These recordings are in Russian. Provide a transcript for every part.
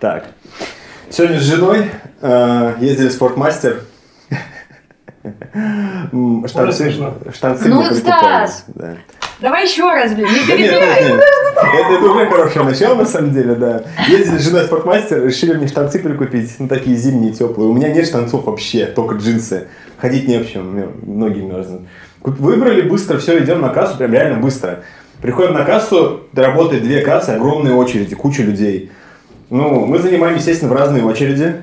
Так. Сегодня с женой э, ездили в спортмастер. М, Штанцы, смешно. штанцы Ну, не прикупались. Стас! Да. Давай еще раз, блин, не Да нет, перебивай. нет, нет. Это, это уже хорошее начало, на самом деле, да. Ездили с женой в спортмастер, решили мне штанцы прикупить, ну, такие зимние, теплые. У меня нет штанцов вообще, только джинсы. Ходить не в чем, у меня ноги мерзнут. Куп- Выбрали быстро, все, идем на кассу, прям реально быстро. Приходим на кассу, работает две кассы, огромные очереди, куча людей. Ну, мы занимаем, естественно, в разные очереди.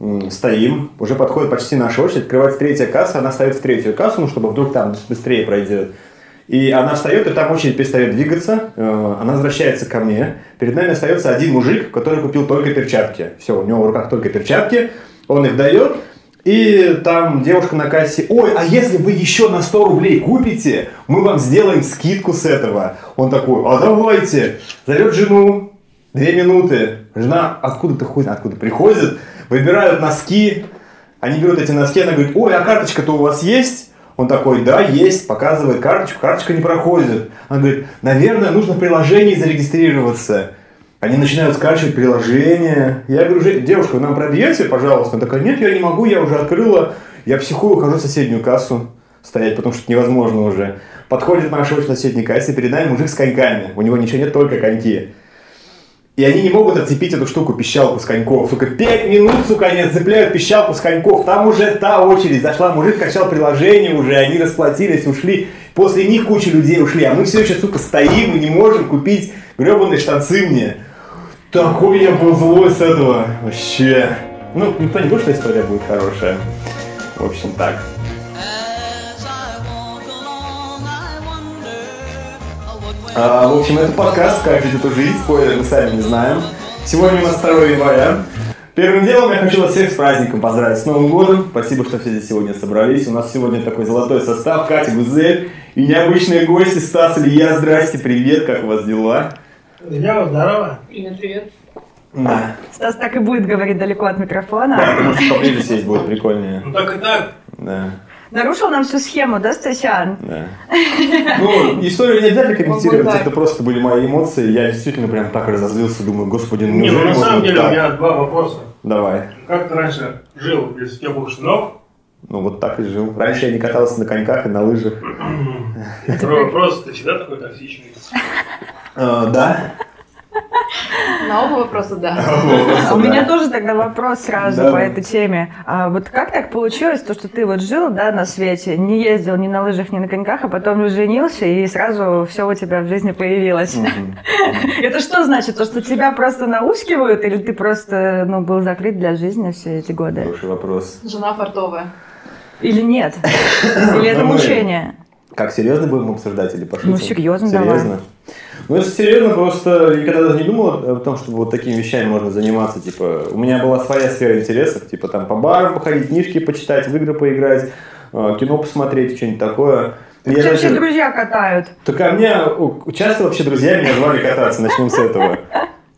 М, Стоим, уже подходит почти наша очередь, открывается третья касса, она ставит в третью кассу, ну, чтобы вдруг там быстрее пройдет. И она встает, и там очередь перестает двигаться, э, она возвращается ко мне. Перед нами остается один мужик, который купил только перчатки. Все, у него в руках только перчатки, он их дает, и там девушка на кассе, ой, а если вы еще на 100 рублей купите, мы вам сделаем скидку с этого. Он такой, а давайте. Зовет жену, Две минуты. Жена откуда-то хуй знает откуда приходит, выбирают носки. Они берут эти носки, она говорит, ой, а карточка-то у вас есть? Он такой, да, есть, показывает карточку, карточка не проходит. Она говорит, наверное, нужно в приложении зарегистрироваться. Они начинают скачивать приложение. Я говорю, «Жень, девушка, вы нам пробьете, пожалуйста? Она такая, нет, я не могу, я уже открыла. Я психую, ухожу в соседнюю кассу стоять, потому что это невозможно уже. Подходит наша очередь в соседней кассе, перед нами мужик с коньками. У него ничего нет, только коньки. И они не могут отцепить эту штуку, пищалку с коньков. Только 5 минут, сука, они отцепляют пищалку с коньков. Там уже та очередь зашла, мужик качал приложение уже, они расплатились, ушли. После них куча людей ушли, а мы все еще, сука, стоим и не можем купить гребаные штанцы мне. Такой я был злой с этого. Вообще. Ну, никто не думает, что история будет хорошая. В общем, так. As I walk along, I wonder what will А, в общем, это подкаст «Как ведет эту жизнь», спойлер мы сами не знаем. Сегодня у нас 2 января. Первым делом я хочу вас всех с праздником поздравить, с Новым годом. Спасибо, что все здесь сегодня собрались. У нас сегодня такой золотой состав. Катя Гузель и необычные гости Стас Илья. Здрасте, привет, как у вас дела? Здорово, здорово. Привет, привет. Да, Стас так и будет говорить далеко от микрофона. потому что поближе сесть будет прикольнее. Ну так и так. Да, Нарушил нам всю схему, да, Стасян? да. Ну, историю нельзя комментировать, Могу, да. это просто были мои эмоции. Я действительно прям так разозлился, думаю, господи, ну Не, неужели ну на можно самом вот деле у так? меня два вопроса. Давай. Как ты раньше жил без теплых штанов? Ну, вот так и жил. Раньше я не катался на коньках и на лыжах. Второй вопрос, ты всегда такой токсичный? А, да. На оба вопроса, да. А У меня тоже тогда вопрос сразу Да. по этой теме. А вот как так получилось, то, что ты вот жил, да, на свете, не ездил ни на лыжах, ни на коньках, а потом женился, и сразу все у тебя в жизни появилось? Это что значит? То, что тебя просто наускивают, или ты просто, ну, был закрыт для жизни все эти годы? Хороший вопрос. Жена фартовая. Или нет? Или это Ну, мы- мучение? Как, серьезно будем обсуждать или пошутим? Ну, серьезно, давай. Серьезно? Ну, если серьезно, просто я никогда даже не думал о том, что вот такими вещами можно заниматься. Типа, у меня была своя сфера интересов, типа там по барам походить, книжки почитать, в игры поиграть, э, кино посмотреть, что-нибудь такое. Я Тебя даже- все друзья катают. Так ко мне о, часто вообще друзья меня звали кататься, начнем с этого.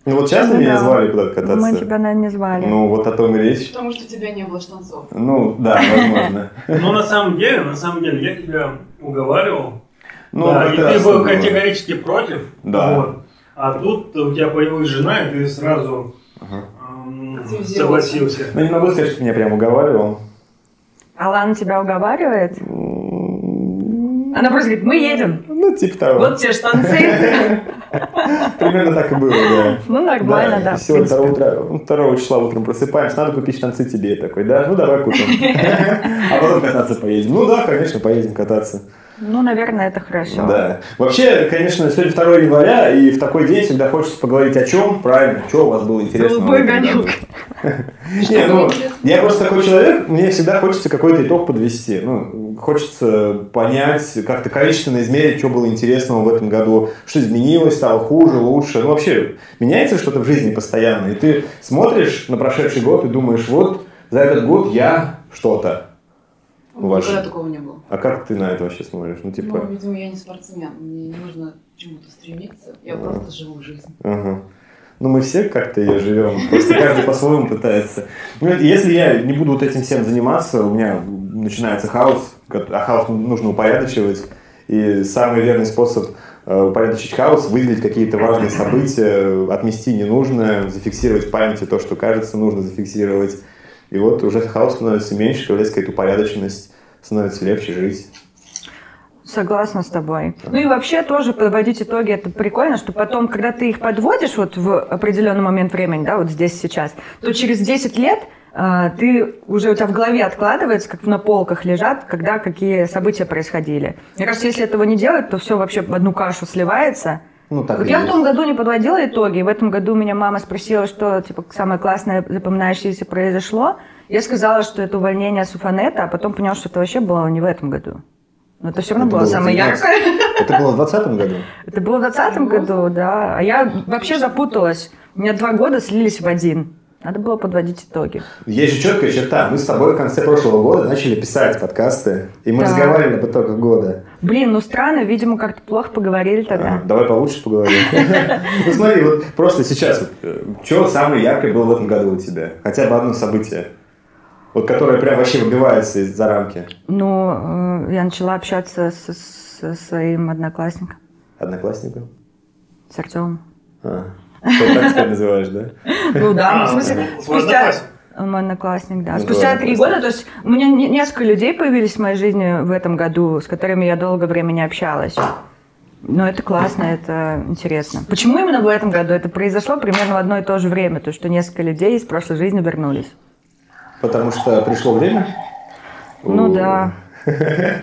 Ну вот часто меня Да. звали куда-то Мы тебя, кататься. наверное, не звали. Ну вот о том и речь. Потому что у тебя не было штанцов. Ну, да, возможно. Ну на самом деле, на самом деле, я тебя уговаривал. Ну, да, и как-то ты был особо. категорически против. Да. Вот. А тут у тебя появилась жена, и ты сразу Ага. эм, Активизировался. согласился. Ну, не могу сказать, что меня прям уговаривал. Алан тебя уговаривает? М, Она просто говорит, А мы едем. Ну, типа того. Вот те штанцы. Примерно так и было, да. Ну, нормально, да. в Сегодня принципе. 2, утра, 2 числа утром просыпаемся, надо купить штанцы тебе. Я такой, да, ну давай купим. А потом кататься поедем. Ну да, конечно, поедем кататься. Ну, наверное, это хорошо. Да. Вообще, конечно, сегодня 2 января, и в такой день всегда хочется поговорить о чем, правильно, что у вас было интересно. Голубой огонек. Не, ну, я просто такой человек, мне всегда хочется какой-то итог подвести. Ну, хочется понять, как-то количественно измерить, что было интересного в этом году, что изменилось, стало хуже, лучше. Ну, вообще, меняется что-то в жизни постоянно, и ты смотришь на прошедший год и думаешь, вот, за этот год я что-то. Ваш- Никогда такого не было. А как ты на это вообще смотришь? Ну, типа... Ну, видимо, я не спортсмен. Мне не нужно к чему-то стремиться. Я Да. просто живу жизнь. Ага. Ну, мы все как-то ее живем, просто каждый по-своему пытается. Ну, это Если я не буду вот этим всем заниматься, у меня начинается хаос, а хаос нужно упорядочивать. И самый верный способ э, упорядочить хаос, выделить какие-то важные события, отмести ненужное, зафиксировать в памяти то, что кажется нужно зафиксировать. И вот уже хаос становится меньше, появляется какая-то упорядоченность, становится легче жить. Согласна с тобой. Ну и вообще тоже подводить итоги, это прикольно, что потом, когда ты их подводишь вот в определенный момент времени, да, вот здесь сейчас, то через 10 лет а, ты уже у тебя в голове откладывается, как на полках лежат, когда какие события происходили. Мне кажется, если этого не делать, то все вообще в одну кашу сливается. Ну, так Вот и я в есть. том году не подводила итоги. В этом году меня мама спросила, что типа самое классное запоминающееся произошло. Я сказала, что это увольнение с Уфанета, а потом поняла, что это вообще было не в этом году. Но это все равно Это было было самое в 19. яркое. Это было в 2020 году. Это было в 2020 году, да. А я вообще запуталась. У меня два года слились в один. Надо было подводить итоги. Есть же четкая черта. Мы с тобой в конце прошлого года начали писать подкасты, и мы Да. разговаривали об итогах года. Блин, ну странно, видимо, как-то плохо поговорили А, тогда. давай получше поговорим. Ну смотри, вот просто сейчас, что самое яркое было в этом году у тебя? Хотя бы одно событие. Вот которое прям вообще выбивается из-за рамки. Ну, э, я начала общаться с- с- со своим одноклассником, Одноклассников? с Артемом. А. Что так теперь называешь, да? Ну да, ну, в смысле, А, спустя... одноклассник. Мой одноклассник, да. Ну, Спустя да, три года, то есть у меня не- несколько людей появились в моей жизни в этом году, с которыми я долгое время не общалась. Но это классно, это интересно. Почему именно в этом году? Это произошло примерно в одно и то же время, то, что несколько людей из прошлой жизни вернулись. Потому что пришло время. Ну У- да.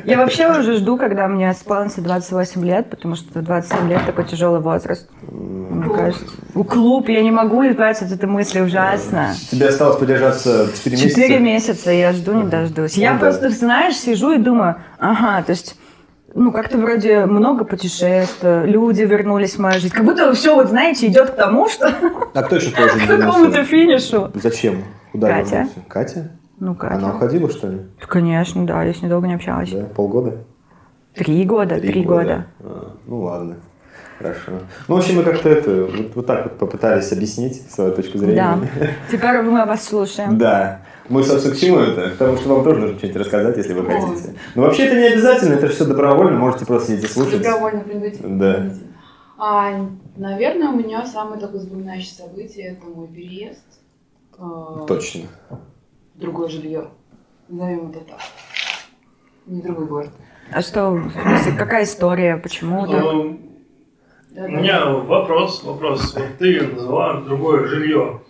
Я вообще уже жду, когда мне исполнится 28 лет, потому что 27 лет такой тяжелый возраст. Мне кажется. У клуб я не могу избавиться от этой мысли ужасно. Тебе осталось подержаться 4 месяца. Четыре месяца, я жду, не дождусь. Я Ну да. просто, знаешь, сижу и думаю, ага, то есть, ну, как-то вроде много путешествий, люди вернулись в мою жизнь. Как будто все, вот, знаете, идет к тому, что А кто еще тоже к не какому-то вернулся? финишу. Зачем? Куда Катя. вернулся? Катя? Ну, как? Она уходила, что ли? Конечно, да, я с ней долго не общалась. Да, полгода? Три года, три года. А, ну ладно. Хорошо. Ну, в общем, мы как-то это, вот, вот так вот попытались объяснить свою точку Да. зрения. Теперь мы вас слушаем. Да. Мы, собственно, к чему это? К тому, что вам тоже нужно что-нибудь рассказать, если вы хотите. Но вообще это не обязательно, это все добровольно, можете просто сидеть и слушать. Добровольно принудительно. Да. А, наверное, у меня самое такое запоминающее событие – это мой переезд. э, Точно. в Другое жилье. Назовем это так. Не другой город. А что, в смысле, какая история, почему так? Ну, Да, У да. меня вопрос, вопрос. Вот ты назвала другое жилье.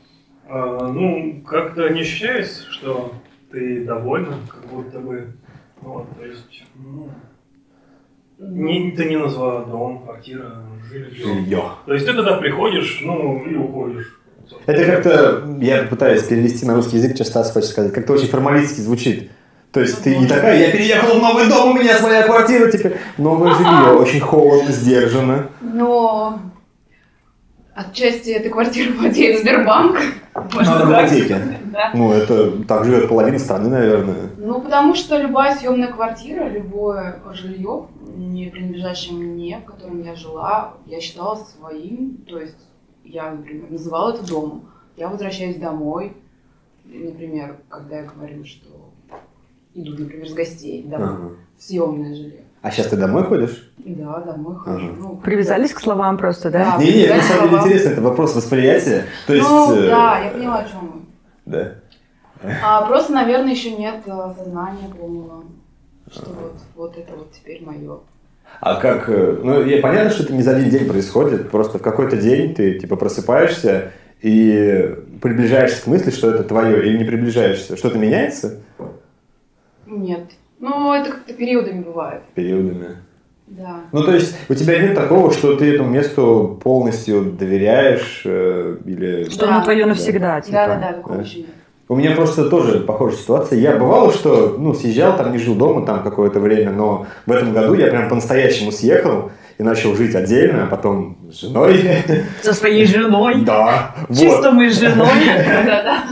А, ну, как-то не ощущается, что ты довольна, как будто бы. Вот, то есть, ну, не- ты не назвала дом, квартира, жилье. Жильё. То есть ты туда приходишь, ну, и уходишь. Это как-то, я пытаюсь перевести на русский язык, сейчас Стас хочет сказать, как-то очень формалистски звучит. То есть ты не такая, я переехала в новый дом, у меня своя квартира теперь. Новое жилье, очень холодно, сдержанно. Но отчасти эта квартира владеет Сбербанк. Можно Надо в так. ипотеке. Да. Ну, это там живет половина страны, наверное. Ну, потому что любая съемная квартира, любое жилье, не принадлежащее мне, в котором я жила, я считала своим. То есть я, например, называла это домом. Я возвращаюсь домой, например, когда я говорю, что иду, например, с гостей домой, Ага. в съемное жилье. А сейчас ты домой ходишь? Да, домой хожу. Ага. Ну, Привязались к словам просто, да? А, Не-не, на самом деле да. интересно, это вопрос восприятия. То есть... Ну, э, да, я поняла, о чем вы. да. А, просто, наверное, еще нет э, сознания полного, что вот, вот это вот теперь мое. А как... э, Ну, я, понятно, что это не за один день происходит, просто в какой-то день ты, типа, просыпаешься и приближаешься к мысли, что это твое, или не приближаешься. Что-то меняется Нет. Ну, это как-то периодами бывает. периодами? Да. Ну, то есть у тебя нет такого, что ты этому месту полностью доверяешь э, или... Что Да. оно твое А, навсегда, типа. Да, да, да, такого да. очень нет. У меня просто тоже похожая ситуация. Я бывало, что ну, съезжал, там не жил дома там какое-то время, но в этом году я прям по-настоящему съехал и начал жить отдельно, а потом с женой. Со своей женой. Да, вот. Чисто мы с женой. Да, да.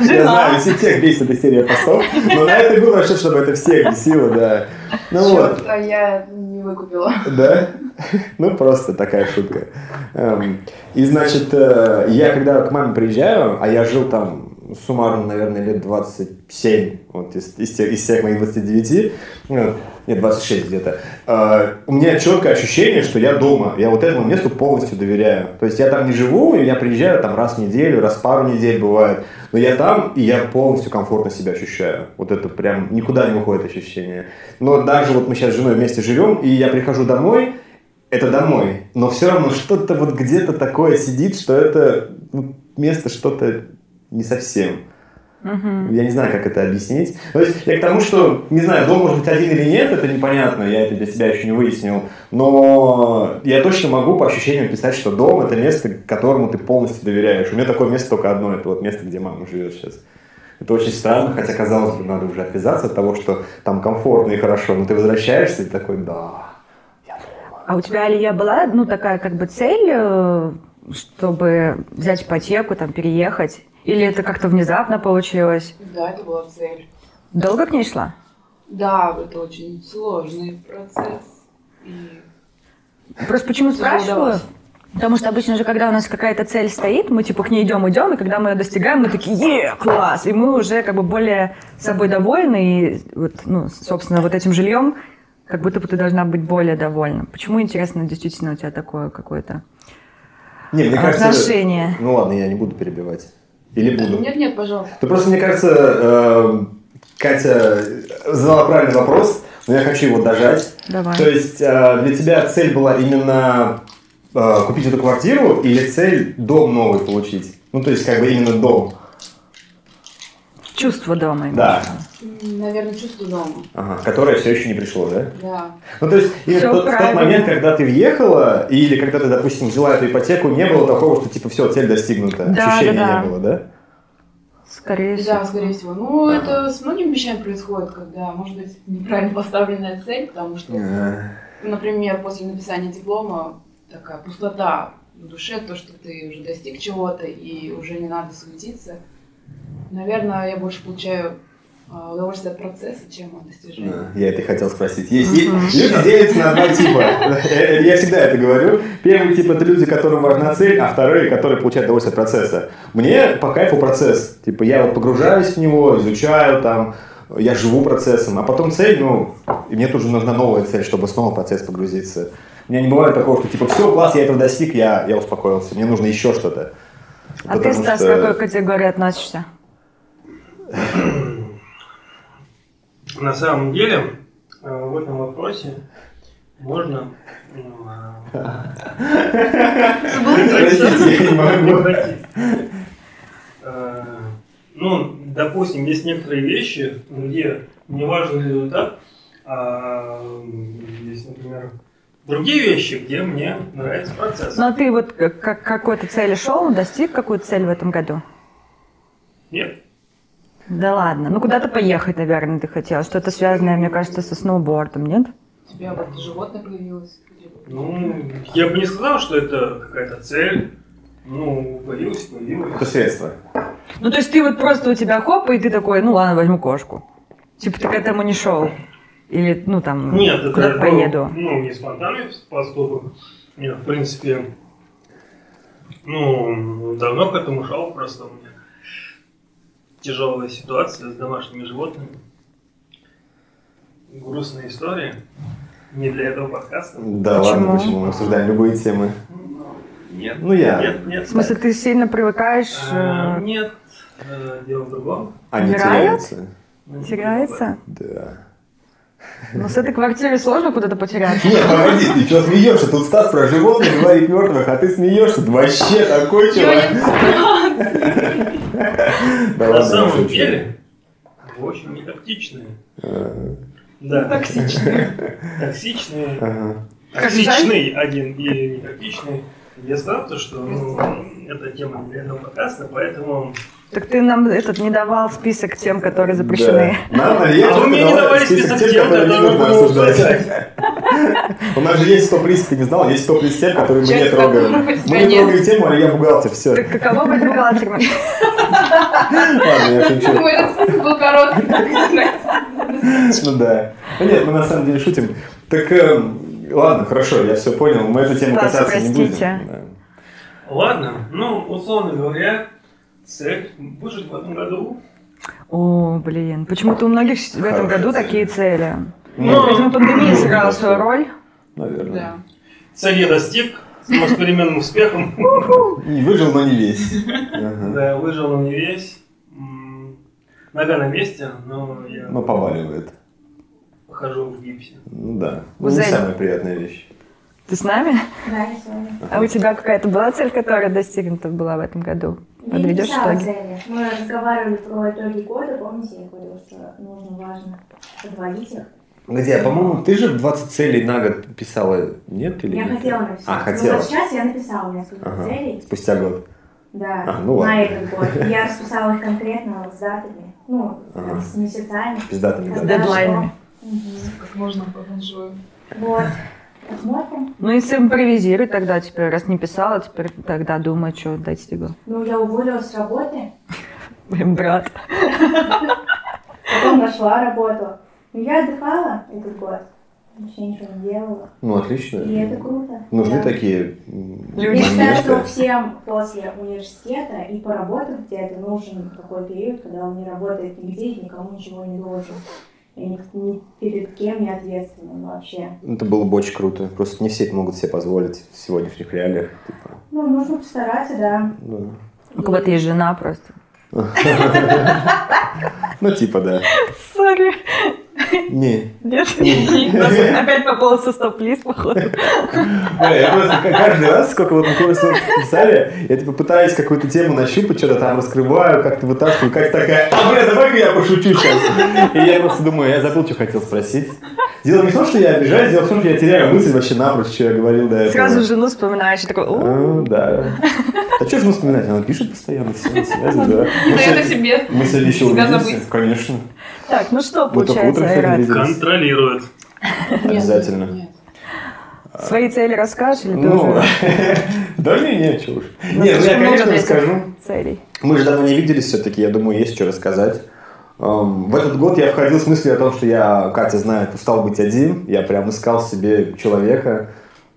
Я Жена. знаю, всех тех бесит эта серия постов, но на это было вообще, чтобы это всех бесило, да. Ну вот. Чёрт, а я не выкупила. Да? Ну, просто такая шутка. Эм, И, значит, э, я когда к маме приезжаю, а я жил там суммарно, наверное, лет 27, вот из, из, тех- из всех моих 29, э, Нет, 26 где-то. А, у меня четкое ощущение, что я дома. Я вот этому месту полностью доверяю. То есть я там не живу, и я приезжаю там раз в неделю, раз в пару недель бывает. Но я там, и я полностью комфортно себя ощущаю. Вот это прям никуда не уходит ощущение. Но даже вот мы сейчас с женой вместе живем, и я прихожу домой, это домой. Но все равно что-то вот где-то такое сидит, что это ну, место что-то не совсем. Мгм. Я не знаю, как это объяснить. Ну, То есть я к тому, что, не знаю, дом может быть один или нет, это непонятно, я это для себя еще не выяснил. Но я точно могу по ощущениям писать, что дом – это место, которому ты полностью доверяешь. У меня такое место только одно, это вот место, где мама живет сейчас. Это очень странно, хотя, казалось бы, надо уже отвязаться от того, что там комфортно и хорошо, но ты возвращаешься и такой, да, я дома. А у тебя, Алия, была, ну, такая как бы цель, э, чтобы взять ипотеку, там, переехать? Или это как-то внезапно получилось? Да, это была цель. Долго к ней шла? Да, это очень сложный процесс. И Ну Просто почему Тяжело спрашиваю? далось. Потому что обычно же, когда у нас какая-то цель стоит, мы типа к ней идем, идем, и когда мы ее достигаем, мы такие, е, класс! И мы уже как бы более собой довольны, и вот, ну, собственно, вот этим жильем как будто бы ты должна быть более довольна. Почему, интересно, действительно у тебя такое какое-то Не, А мне кажется, отношение? ну ладно, я не буду перебивать. Или буду. Нет, нет, пожалуйста. Ну просто мне кажется, э, Катя задала правильный вопрос, но я хочу его дожать. Давай. То есть э, для тебя цель была именно э, купить эту квартиру или цель дом новый получить? Ну то есть как бы именно дом. Чувство дома. Да. М, Наверное, чувство дома. Ага, которое все еще не пришло, да? Да. Ну, то есть, именно Всё тот, тот правильно. момент, когда ты въехала, или когда ты, допустим, взяла эту ипотеку, не было такого, что, типа, все, цель достигнута, Да, ощущения да, да. не было, да? Скорее всего. Да, скорее всего. Ну, это с многими вещами происходит, когда, может быть, неправильно поставленная цель, потому что, например, после написания диплома такая пустота в душе, то, что ты уже достиг чего-то и уже не надо суетиться. Наверное, я больше получаю э, удовольствие от процесса, чем от достижения. Да, Э, Я это и хотел спросить. Есть, есть- Мгм. люди делятся на два типа. Э, э, Я всегда это говорю. Первый тип это люди, которым важна цель, а второй, которые получают удовольствие от процесса. Мне по кайфу процесс. Типа я вот погружаюсь в него, изучаю там, я живу процессом, а потом цель, ну, и мне тоже нужна новая цель, чтобы снова в процесс погрузиться. У меня не бывает такого, что типа все, класс, я этого достиг, я, я успокоился, мне нужно еще что-то. А ты, Потому Стас, что- к какой категории относишься? На самом деле, э, в этом вопросе можно... э, Простите, я не могу. прекратить. Э, Ну, допустим, есть некоторые вещи, где не важен результат, а м, есть, например, другие вещи, где мне нравится процесс. Ну, а ты вот к к какой-то цели шел, достиг какую-то цель в этом году? Нет, Да ладно. Ну, куда-то поехать, наверное, ты хотел. Что-то связанное, мне кажется, со сноубордом, нет? У тебя вот животное появилось. ну, я бы не сказал, что это какая-то цель. Ну, появилась, появилась. Это средство. Ну, то есть ты вот просто у тебя хоп, и ты такой, ну ладно, возьму кошку. Типа ты к этому не шел. Или, ну там, Нет, это куда-то был, поеду. Ну, не спонтанный поступок. Я, в принципе, ну, давно к этому шел, просто у меня тяжелая ситуация с домашними животными. Грустная история. Не для этого подкаста. Да ладно, Почему? почему мы обсуждаем любые темы. Ну, Нет. Ну, я- Нет, нет. В смысле, ты сильно привыкаешь? А, э, Нет. Э, Дело в другом. Они Умирают? теряются. Теряется? Да. Ну, с этой квартиры сложно куда-то потеряться. Нет, погоди, ты что смеешься? Тут Стас про животных говорит мертвых, а ты смеешься. Ты вообще такой человек. Да На ладно, я самом шучу. деле, вы очень нетактичные. Э, Да. Токсичное. Токсичные. ага. Токсичный один и не токсичный. Я сказал, то, что ну, эта тема не для этого подкаста, поэтому... Так ты нам этот не давал список тем, которые запрещены. Да. Нам, Илья, а вы мне не давай давали список тем, которые не которые нужно будем обсуждать. обсуждать. У нас же есть стоп-лист, ты не знал, есть стоп-лист тем, которые мы не Часть трогаем. которых у тебя Мы не нет. трогаем тему, а я пугался, все. Так каково быть бухгалтером? Ладно, я шучу. Мой этот список был короткий. Ну да. Ну нет, мы на самом деле шутим. Так, эм, ладно, хорошо, я все понял. Мы эту тему Стас, касаться не будем. простите. Да. Ладно, ну, условно говоря, цель выжить в этом году. О, блин, почему-то у многих в этом Хорошая году цель. такие цели. Ну, Поэтому пандемия сыграла свою роль. Наверное. Да. Цель я достиг с современным успехом. И выжил, но не весь. Ага. Да, выжил, но не весь. М, Нога на месте, но я Но Ну, поваливает. хожу в гипсе. Ну да. Вы Ну, не за- самая приятная вещь. Ты с нами? Да, я с вами. А у тебя какая-то была цель, которая достигнута была в этом году? Я не Подведешь писала итоги? цели. Мы разговаривали про итоги года, помните, я говорила, что нужно, важно подводить их. Где? а, По-моему, ты же 20 целей на год писала, нет? Или я нет? хотела написать. А, Ну, хотела. вот сейчас я написала несколько Ага. целей. Спустя год. Да, А, ну ладно. на этот год. И Я расписала их конкретно с датами, ну, Ага. с месяцами. Пиздатыми, когда С да. дедлайнами. что. Мгм. Как можно поранжуем. Вот. Посмотрим. Ну и симпровизируй тогда теперь, раз не писала, теперь тогда думай, что достигла. Ну, я уволилась с работы, Блин, брат. потом нашла работу. Ну, я отдыхала этот год. Вообще ничего не делала. Ну, отлично. И это круто. Нужны Да. такие м, Люди. Я считаю, что моменты. всем после университета и поработав где-то нужен такой период, когда он не работает нигде и никому ничего не должен. И ни, ни перед кем не ответственен вообще. Это было бы очень круто. Просто не все это могут себе позволить в сегодняшних реалиях. типа, Ну, Ну, нужно постараться, да. да. У кого-то есть жена просто. Ну, типа, да. Сори. Не. Нет, у нас опять попался стоп-лист, походу. Бля, Я просто к- каждый раз, сколько вот мы курсов писали, я типа пытаюсь какую-то тему нащупать, что-то там раскрываю, как-то вытаскиваю, как такая, а бля, давай я пошучу сейчас. И я просто думаю, я забыл, что хотел спросить. Дело не в том, что я обижаюсь, дело в том, что я теряю мысль вообще напрочь, что я говорил до этого. Сразу жену вспоминаешь и такой, «О, А, Да. А что же мы вспоминать? Она пишет постоянно, все на связи, да. Не дает о себе Мы сегодня еще себя увидимся. забыть. Конечно. Так, ну что Мы только получается, утром сегодня Айрат? виделись. Контролирует. Обязательно. Нет, нет. Свои цели расскажешь или ты Ну, уже да не, не, чего уж. Нет, ну я, слишком много конечно, для расскажу. целей? Мы же давно не виделись все-таки, я думаю, есть что рассказать. Эм, В этот год я входил с мыслью о том, что я, Катя знает, устал быть один. Я прям искал себе человека,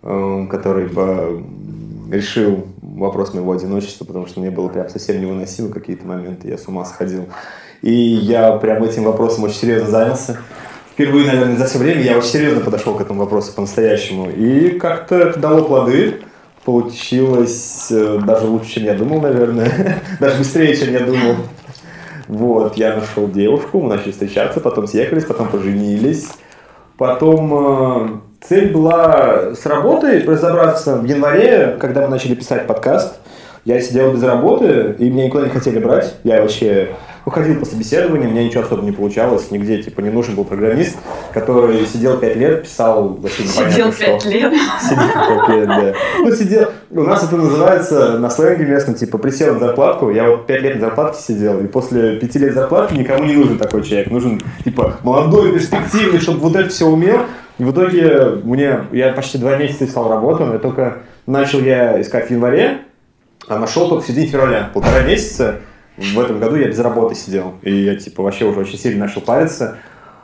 эм, который бы м, решил вопрос моего одиночества, потому что мне было прям совсем невыносимо какие-то моменты, я с ума сходил. И я прям этим вопросом очень серьезно занялся. Впервые, наверное, за все время я очень серьезно подошел к этому вопросу по-настоящему. И как-то это дало плоды. Получилось э, даже лучше, чем я думал, наверное. даже быстрее, чем я думал. Вот, я нашел девушку, мы начали встречаться, потом съехались, потом поженились. Потом э, цель была с работой разобраться. В январе, когда мы начали писать подкаст, я сидел без работы, и меня никуда не хотели брать. Я вообще уходил по собеседованию, у меня ничего особо не получалось, нигде, типа, не нужен был программист, который сидел пять лет, писал вообще непонятно Сидел что. пять лет. Сидел как я, да. Ну, сидел. У нас это называется на сленге местно, типа, присел на зарплатку. Я вот пять лет на зарплатке сидел, и после пяти лет зарплатки никому не нужен такой человек. Нужен, типа, молодой, перспективный, чтобы вот это все умел. И в итоге мне, я почти два месяца искал работу, но только начал я искать в январе, а нашел только в середине февраля. Полтора месяца в этом году я без работы сидел. И я, типа, вообще уже очень сильно начал париться.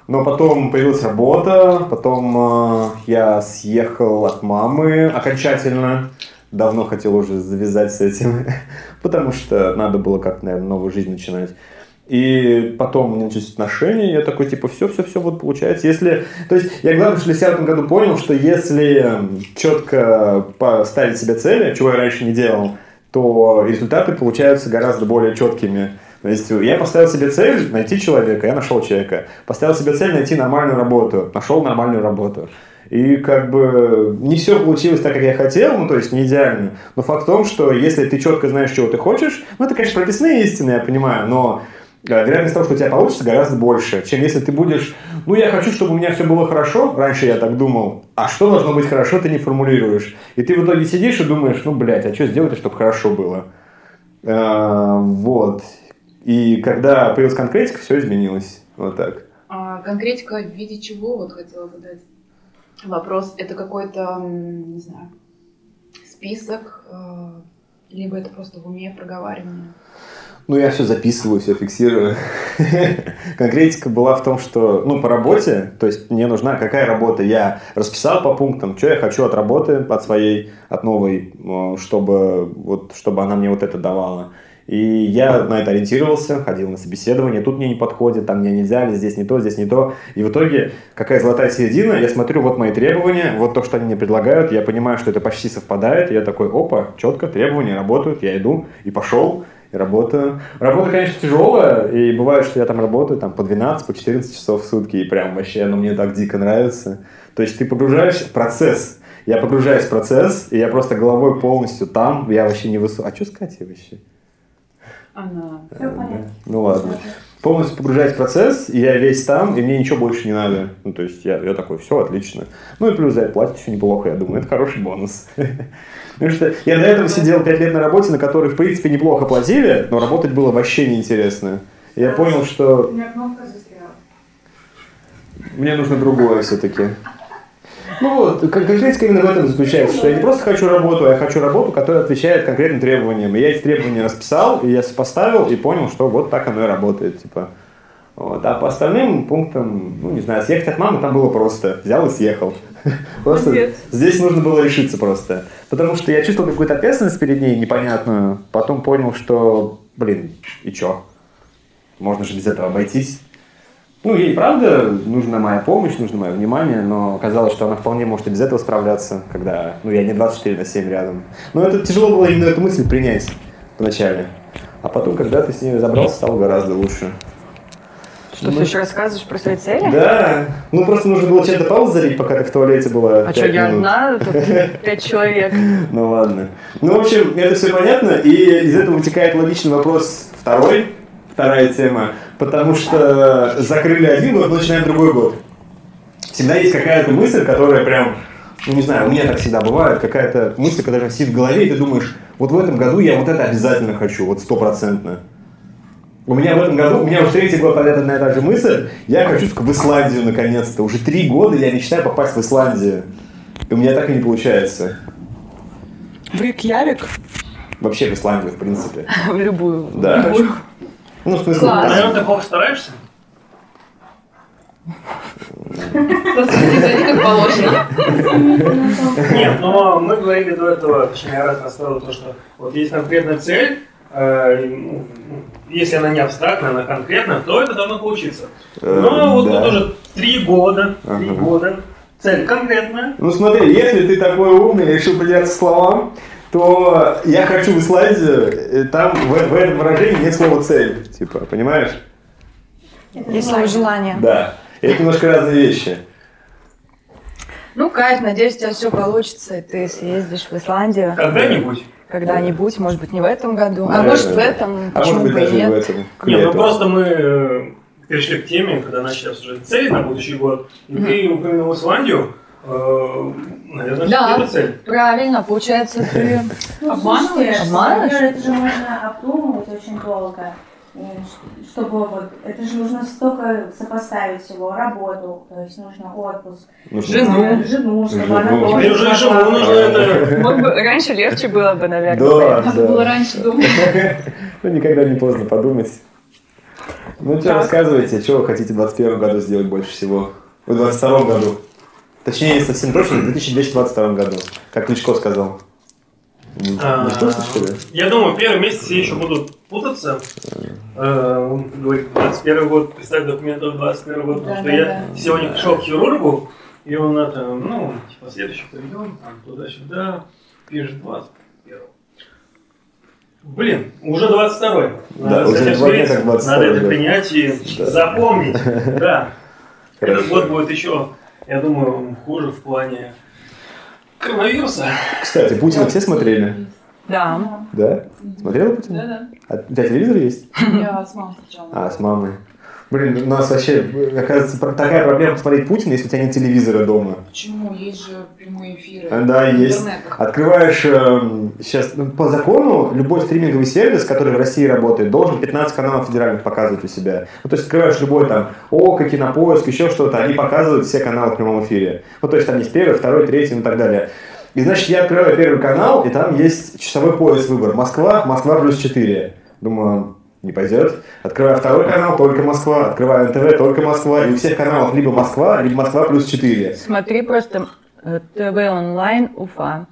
Но потом появилась работа, потом э, я съехал от мамы окончательно. Давно хотел уже завязать с этим, потому что надо было как-то, наверное, новую жизнь начинать. И потом у меня начались отношения, я такой, типа, все-все-все, вот получается, если... То есть я, главное, что для себя в этом году понял, что если четко поставить себе цели, чего я раньше не делал, то результаты получаются гораздо более четкими. То есть я поставил себе цель найти человека, я нашел человека. Поставил себе цель найти нормальную работу, нашел нормальную работу. И как бы не все получилось так, как я хотел, ну то есть не идеально. Но факт в том, что если ты четко знаешь, чего ты хочешь, ну это, конечно, прописные истины, я понимаю, но э, вероятность того, что у тебя получится, гораздо больше, чем если ты будешь, ну я хочу, чтобы у меня все было хорошо, раньше я так думал, а что должно быть хорошо, ты не формулируешь. И ты в итоге сидишь и думаешь, ну блядь, а что сделать, чтобы хорошо было? Э, Вот. И когда появилась конкретика, все изменилось. Вот так. А конкретика в виде чего вот хотела задать вопрос. Это какой-то, м, не знаю, список, э, либо это просто в уме проговаривание. Ну, я все записываю, все фиксирую. Конкретика была в том, что, ну, по работе, то есть мне нужна какая работа. Я расписал по пунктам, что я хочу от работы, от своей, от новой, э, чтобы, вот, чтобы она мне вот это давала. И я на это ориентировался, ходил на собеседование, тут мне не подходит, там мне не взяли, здесь не то, здесь не то. И в итоге, какая золотая середина, я смотрю, вот мои требования, вот то, что они мне предлагают, я понимаю, что это почти совпадает, и я такой, опа, четко, требования работают, я иду и пошел, и работаю. Работа, конечно, тяжелая, и бывает, что я там работаю там, по 12, по 14 часов в сутки, и прям вообще, ну, мне так дико нравится. То есть ты погружаешься в процесс. Я погружаюсь в процесс, и я просто головой полностью там, я вообще не высу... А что с Катей вообще? Она Всё понятно. Ну ладно. Полностью погружаюсь в процесс, и я весь там, и мне ничего больше не надо. Ну, то есть я, я такой, все, отлично. Ну и плюс за это платят еще неплохо, я думаю, это хороший бонус. Потому что я до этого сидел 5 лет на работе, на которой, в принципе, неплохо платили, но работать было вообще неинтересно. И Я понял, что У меня кнопка застряла. мне нужно другое все-таки. Ну вот, кон- конкретика именно в этом заключается, что я не просто хочу работу, а я хочу работу, которая отвечает конкретным требованиям. И я эти требования расписал, и я сопоставил, и понял, что вот так оно и работает, типа. Вот. А по остальным пунктам, ну не знаю, съехать от мамы там было просто. Взял и съехал. Просто Молодец. здесь нужно было решиться просто. Потому что я чувствовал какую-то ответственность перед ней непонятную. Потом понял, что, блин, и чё? Можно же без этого обойтись. Ну, ей, правда, нужна моя помощь, нужно мое внимание, но казалось, что она вполне может и без этого справляться, когда, ну, я не 24 на 7 рядом. Но это тяжело было именно эту мысль принять вначале. А потом, когда ты с ней разобрался, стало гораздо лучше. Что ты еще рассказываешь про свои цели? Да, ну просто нужно было чем-то паузу залить, пока ты в туалете была. ну, А пять что, я минут. одна? Тут пять человек. Ну ладно. Ну, в общем, это все понятно, и из этого вытекает логичный вопрос второй, вторая тема, потому что закрыли один год, начинаем другой год. Всегда есть какая-то мысль, которая прям, ну не знаю, у меня так всегда бывает, какая-то мысль, которая сидит в голове, и ты думаешь, вот в этом году я вот это обязательно хочу, вот стопроцентно. У меня в этом году, у меня уже третий год подряд одна и та же мысль, я хочу в Исландию наконец-то. Уже три года я мечтаю попасть в Исландию. И у меня так и не получается. В Рикьявик? Вообще в Исландию, в принципе. В любую. Да. Ну, в смысле, Класс. да. Наверное, ты плохо стараешься? Просто зайди как положено. Нет, но мы говорили до этого, точнее, я раз расставил то, что вот есть конкретная цель, э, и, ну, ну, если она не абстрактная, она конкретная, то это должно получиться. Но Э, Ну, вот да. тут уже три года, три Ага. года, цель конкретная, Ну смотри, если ты такой умный и решил придираться к словам, то я хочу в Исландию, э, там в, в этом выражении нет слова цель. Типа, понимаешь? Это Есть свое желание. Да. И Это немножко разные вещи. Ну, кайф, надеюсь, у тебя все получится, и ты съездишь в Исландию когда-нибудь. когда-нибудь, может быть, не в этом году, а Наверное, может в да. этом, А может почему быть бы и даже и в нет. этом. к Нет, ну лету. просто мы э, перешли к теме, когда начали обсуждать цели на будущий год, и ты упомянул Исландию, э, наверное, Да. это цель. Правильно, получается, ты... Ну, Обманываешь? слушай, Обманываешь? например, Это же можно обдумывать очень долго, и ш- чтобы вот, это же нужно столько сопоставить его, работу, то есть нужно отпуск. Ну, что- Жену. э, Жену, чтобы Жену. она тоже Мне уже могла. жену А, нужно это... Мог бы раньше легче было бы, наверное. Да, Надо было да. раньше думать. Ну, никогда не поздно подумать. Ну, что, Так. рассказывайте, что вы хотите в 2021 году сделать больше всего? В 2022 году. Точнее, если совсем точно, в 2222 году, как Кличко сказал. Не, А, не точно, что ли? Я думаю, первый месяц все еще будут путаться. Э, Он говорит, 21 год, представь документы в 21 год, потому Да, что да, я сегодня пришел к хирургу, и он это, ну, типа, следующий прием, там, туда-сюда, пишет 21. Блин, уже 22 Да, уже два дня как 22-й, Надо это да. принять и Да. запомнить. Да. Этот Хорошо. год будет еще, я думаю, хуже в плане коронавируса. Кстати, Путина все смотрели? Да. Да? Смотрела Путина? Да-да. А у тебя телевизор есть? Я с мамой сначала. А, с мамой. Блин, у нас вообще, оказывается, про- такая проблема посмотреть Путина, если у тебя нет телевизора дома. Почему? Есть же прямые эфиры. А, да, в есть. интернетах. Открываешь сейчас по закону любой стриминговый сервис, который в России работает, должен 15 каналов федеральных показывать у себя. Ну, то есть открываешь любой там ОКО, Кинопоиск, еще что-то, они показывают все каналы в прямом эфире. Ну, то есть там есть первый, второй, третий ну, и так далее. И значит, я открываю первый канал, и там есть часовой пояс выбор. Москва, Москва плюс 4. Думаю, не пойдет. Открываю второй канал, только Москва. Открываю НТВ, только Москва. И у всех каналов либо Москва, либо Москва плюс 4. Смотри просто э, ТВ онлайн Уфа.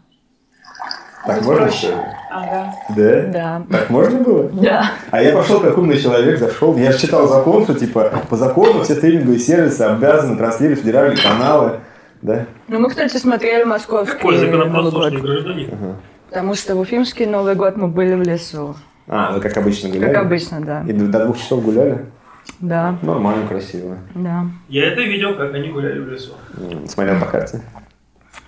Так Тут можно проще. что ли? Ага. Да? Да. Так можно было? Да. А я пошел как умный человек, зашел. Я же читал закон, что типа по закону все стриминговые сервисы обязаны транслировать федеральные каналы. Да? Ну, мы, кстати, смотрели московский Какой Новый законопослушный год. гражданин? Ага. Потому что в Уфимский Новый год мы были в лесу. А, вы как обычно гуляли? Как обычно, да. И до до двух часов гуляли? Да, Нормально, красиво. да. Я это видел, как они гуляли в лесу. М, Смотрел по карте?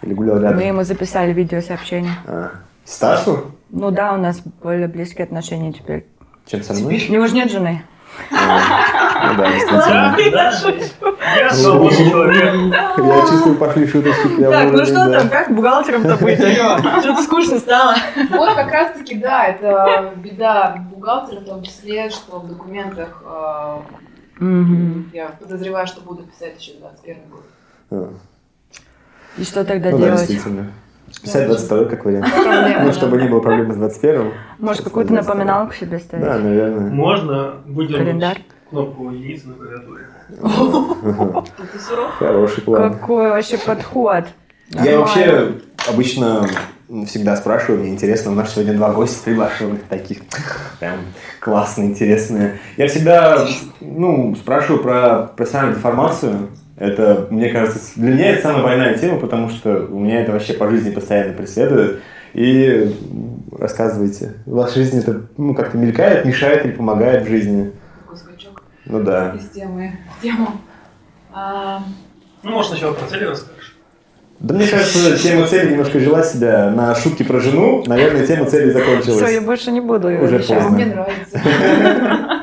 Или гулял рядом? Мы ему записали видеосообщение. А. Старшу? Ну да, у нас более близкие отношения теперь. Чем со мной? У него же нет жены. А, Ну да, Да, действительно. да. Ну, Я свободный человек. Я чувствую, пошли шуточки. прямо так, ну уже, что да. там, как бухгалтером-то быть? Алло, Что-то скучно стало. Вот как раз-таки, да, это беда бухгалтера в том числе, что в документах э, Мгм. я подозреваю, что буду писать еще 21 год. А. И что тогда Ну да, делать? действительно. 52 как вариант. Проблема, Ну, да. чтобы не было проблем с 21 Может, какую-то напоминалку себе Да, ставить? наверное. Можно выдернуть Календарь. кнопку единицы на клавиатуре. Ага. Это сурово. Хороший план. Какой вообще подход? Я Нормально. вообще обычно всегда спрашиваю, мне интересно, у нас сегодня два гостя приглашенных таких, прям классные, интересные. Я всегда, ну, спрашиваю про профессиональную деформацию. Это, мне кажется, с- для меня это самая больная тема, потому что у меня это вообще по жизни постоянно преследует. И рассказывайте, ваша жизнь это ну, как-то мелькает, мешает или помогает в жизни. Такой скачок Ну да. из темы в тему. А, Ну, может, сначала про цели расскажешь. Да мне кажется, тема цели немножко жила себя. На шутке про жену, наверное, тема цели закончилась. Все, я больше не буду Уже сейчас. поздно. Мне нравится.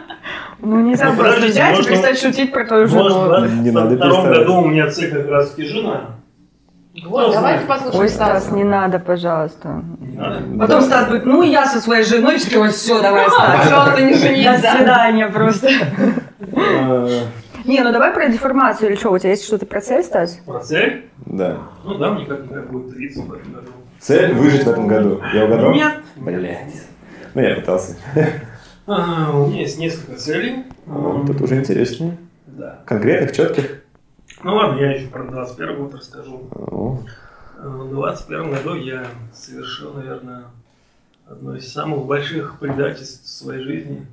Ну, не знаю, Ну, просто подождите, взять и можно- перестать шутить про твою Может, жену. да? Не В надо втором переставать. году у меня цель как раз-таки жена. Вот, давайте послушаем Ой, Стас, Стаса. не надо, пожалуйста. Не А, надо. Потом Стас будет, ну, я со своей женой, все, все, давай, Стас. Пожалуйста, не До женись, да. свидания просто. Э, Не, ну давай про деформацию или что, у тебя есть что-то про цель, Стас? Про цель? Да. Ну да, мне как-никак будет 30 в этом году. Цель выжить в этом году. Я угадал? Нет. Блять. Ну, я пытался. А, у меня есть несколько целей. Ну, Вот Ам, тут уже интереснее. Да. Конкретных, четких. Ну ладно, я еще про 21 год расскажу. О, Э, В 21 году я совершил, наверное, одно из самых больших предательств в своей жизни.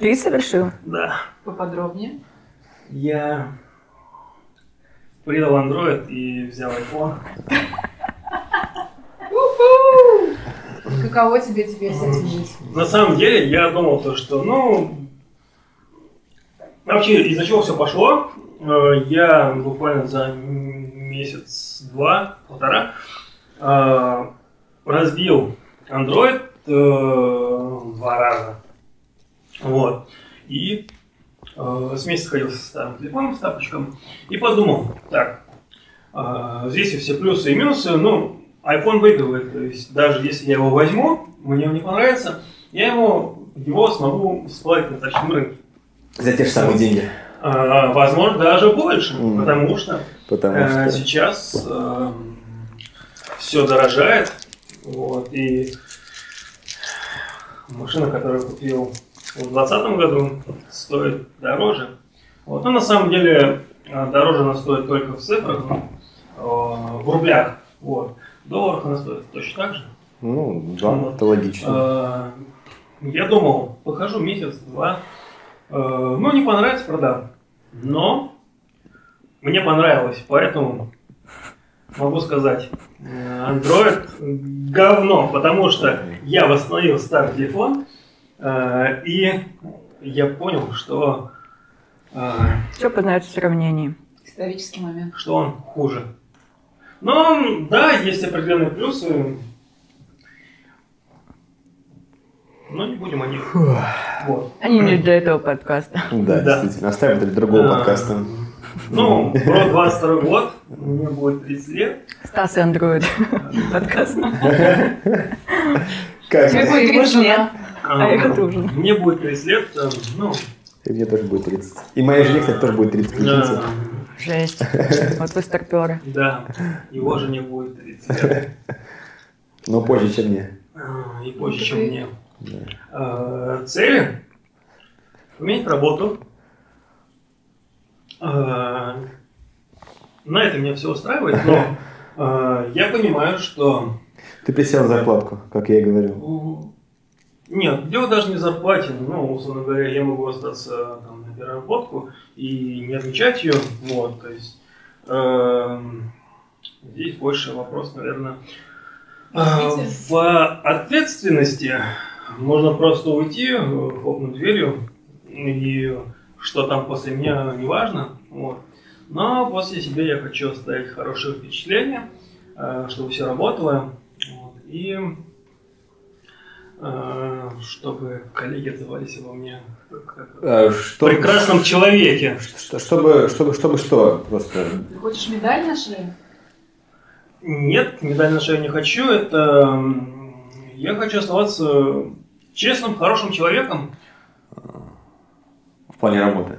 Ты совершил? Да. Поподробнее. Я предал Android и взял iPhone. Каково тебе теперь с этим жить? На самом деле я думал то, что, ну, вообще из-за чего все пошло, Э, я буквально за м- месяц-два, полтора, э, разбил Android э, два раза. Вот. И э, с месяца ходил со старым телефоном, с тапочком, и подумал, так, э, здесь и все плюсы и минусы, ну, iPhone выигрывает, то есть даже если я его возьму, мне он не понравится, я его, его смогу всплыть на вторичном рынке. За те же самые деньги. А, возможно, даже больше, Мгм. потому что, Потому э, что... сейчас все дорожает. Вот, и машина, которую я купил в 2020 году, стоит дороже. Вот, но на самом деле э, дороже она стоит только в цифрах, ну, э, в рублях. Вот. В долларах она стоит точно так же. Ну, да, это логично. Э, Я думал, похожу месяц-два. Э, Ну, не понравится, продам. Но мне понравилось, поэтому могу сказать, э, Android говно, потому что я восстановил старый телефон, э, и я понял, что, э, Все познается в сравнении. Исторический момент. что он хуже. Но, да, есть определенные плюсы, но не будем о них. Фух. Вот. Они не для этого подкаста. Ну, Да, да. действительно. Оставим это для другого А, подкаста. Ну, про 22 год, мне будет 30 лет. Стас и андроид подкаст. Как? Тебе же? будет Может, 30 лет. А я тоже. Мне будет 30 лет, э, ну... И мне тоже будет 30. И моей жене, кстати, тоже будет 30. прикиньте. э, Жесть. Вот вы старперы. Да, его же не будет 30 лет. Но позже, чем мне. Э, И позже, чем Ты- мне. Э, Цели? Поменять работу. Э, На это меня все устраивает, но э, я понимаю, а, что Ты присел на зарплатку, как я и говорил. Мгм. Нет, дело даже не в зарплате. Ну, условно говоря, я могу остаться там, на переработку и не отмечать ее. Вот, то есть эм, здесь больше вопрос, наверное, э, Ответственности. в ответственности. Можно просто уйти, э, хлопнуть дверью, и что там после меня, неважно. Вот. Но после себя я хочу оставить хорошее впечатление, э, чтобы все работало. Вот, и э, чтобы коллеги отзывались обо мне как о А, что- прекрасном человеке. что- Чтобы, чтобы, чтобы что? Просто Ты хочешь медаль на шее? Нет, медаль на шею не хочу. Это м, я хочу оставаться честным, хорошим человеком. в плане работы.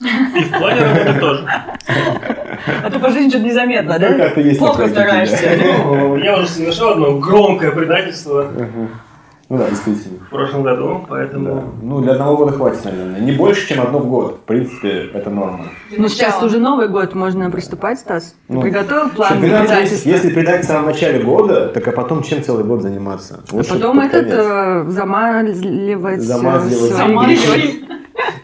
И в плане работы тоже. А то по жизни что-то незаметно, Ну, да? как-то есть Плохо такое, стараешься. Ну, Я уже совершил одно громкое предательство Мгм. Ну да, действительно. в прошлом году, Да. поэтому... Ну, для одного года хватит, наверное. Не больше, чем одно в год. В принципе, это норма. Для Ну, сейчас начала. уже Новый год, можно приступать, Стас. Ты Ну, приготовил план Чтобы предательство- предательства? Если предать в самом начале года, так а потом чем целый год заниматься? А Лучше потом под этот конец. э, замазливать. э, Замазливать. всё. Замазливать.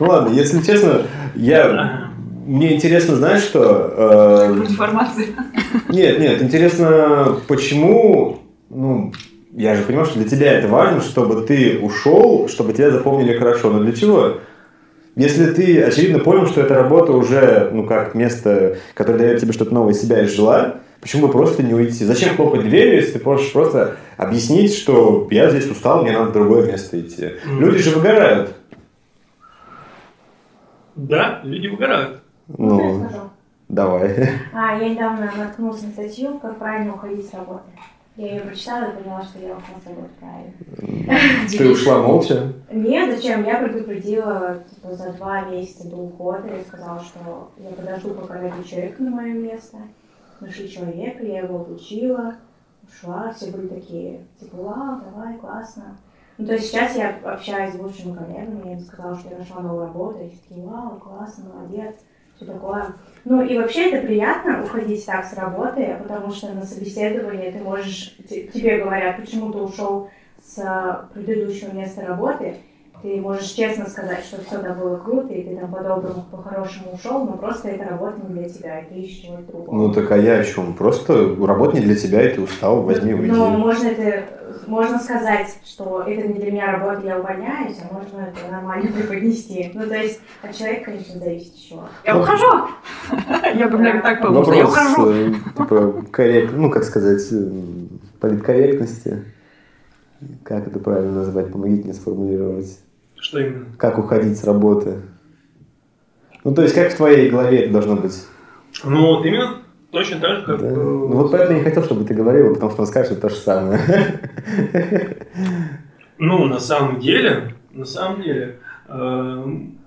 Ну ладно, если честно, я... Мне интересно, знаешь что? э, Информация. Нет, нет, интересно, почему, ну, я же понимаю, что для тебя это важно, чтобы ты ушел, чтобы тебя запомнили хорошо, но для чего? Если ты, очевидно, понял, что эта работа уже, ну, как место, которое дает тебе что-то новое из себя и жила, почему бы просто не уйти? Зачем хлопать дверью, если ты можешь просто объяснить, что я здесь устал, мне надо в другое место идти? Мгм. Люди же выгорают. Да, люди выгорают. Можно я Ну, скажу? давай. А, я недавно наткнулась на статью, как правильно уходить с работы. Я ее прочитала и поняла, что я ушла с работы правильно. Ты ушла молча. Нет, зачем? Я предупредила типа, за два месяца до ухода. Я сказала, что я подожду, пока найду человека на мое место. Нашли человека, я его обучила, ушла, все были такие, типа, вау, давай, классно. Ну, то есть сейчас я общаюсь с лучшими коллегами, я им сказала, что я нашла новую работу, и все такие, вау, классно, молодец, все такое. Ну, и вообще это приятно, уходить так с работы, потому что на собеседовании ты можешь, те- тебе говорят, почему ты ушел с э, предыдущего места работы, ты можешь честно сказать, что все там было круто, и ты там по-доброму, по-хорошему ушел, но просто эта работа не для тебя, и ты ищешь чего-то другого. Ну так а я о чем? Просто работа не для тебя, и ты устал, возьми, уйди. Ну, можно это, можно сказать, что это не для меня работа, я увольняюсь, а можно это нормально преподнести. Ну, то есть от человека, конечно, зависит еще. Я ухожу! Я бы, наверное, так подумала. Я Вопрос, ухожу. э, типа, коррект, ну, как сказать, эм, политкорректности. Как это правильно назвать? Помогите мне сформулировать. Что именно? Как уходить с работы? Ну, то есть, как в твоей голове это должно быть? Ну, вот именно точно так же, как... Да? э, Ну, вот поэтому я не хотел, чтобы ты говорила, потому что он скажет, что то же самое. Ну, на самом деле, на самом деле, эм,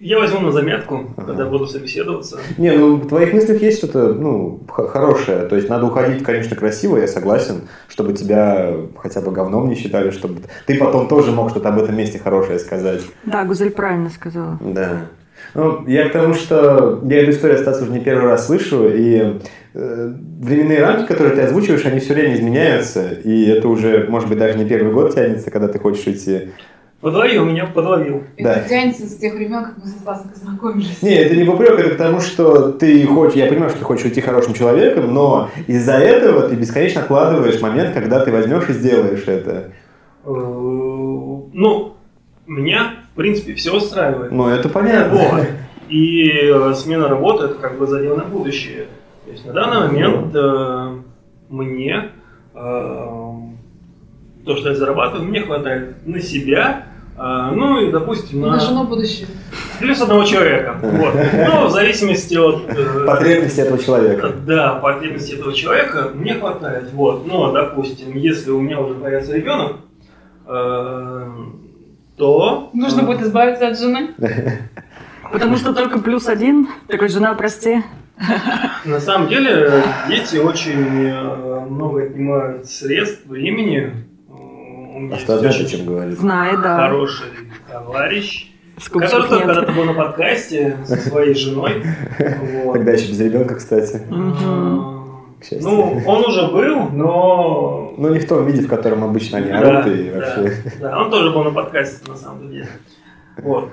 я возьму на заметку, Ага. когда буду собеседоваться. Не, ну в твоих мыслях есть что-то, ну, х- хорошее. То есть надо уходить, конечно, красиво, я согласен, чтобы тебя хотя бы говном не считали, чтобы ты потом тоже мог что-то об этом месте хорошее сказать. Да, Гузель правильно сказала. Да. Ну, я к тому, что я эту историю, Стас, уже не первый раз слышу, и э, временные рамки, которые ты озвучиваешь, они все время изменяются, и это уже, может быть, даже не первый год тянется, когда ты хочешь уйти. Подловил меня, подловил. Да. Это тянется с тех времен, как мы с Стасом познакомились. Не, это не попрек, это к тому, что ты хочешь, я понимаю, что ты хочешь уйти хорошим человеком, но из-за этого ты бесконечно откладываешь момент, когда ты возьмешь и сделаешь это. Э, Ну, меня, в принципе, все устраивает. Ну, это понятно. Вот. И э, смена работы это как бы задел на будущее. То есть на данный момент э, мне э, то, что я зарабатываю, мне хватает на себя, э, ну и, допустим, На на жену будущего. плюс одного человека. Вот. Ну, в зависимости от э, Потребности этого человека. Да, потребности этого человека мне хватает. Вот. Но, допустим, если у меня уже появится ребенок, э, то... Нужно э, будет избавиться от жены. Потому что только плюс один. Такой, жена, прости. На самом деле, дети очень э, много отнимают средств, времени. Э, У меня А что есть знаешь, о очень чем говорит? Знает, да. хороший товарищ, С который кубчик тоже когда-то нет. был на подкасте со своей женой. Вот. Тогда еще без ребенка, кстати. Мгм. Э, к счастью. Ну, он уже был, но... Ну, не в том виде, в котором обычно они Да, орут и да, вообще. Да, он тоже был на подкасте, на самом деле. Вот.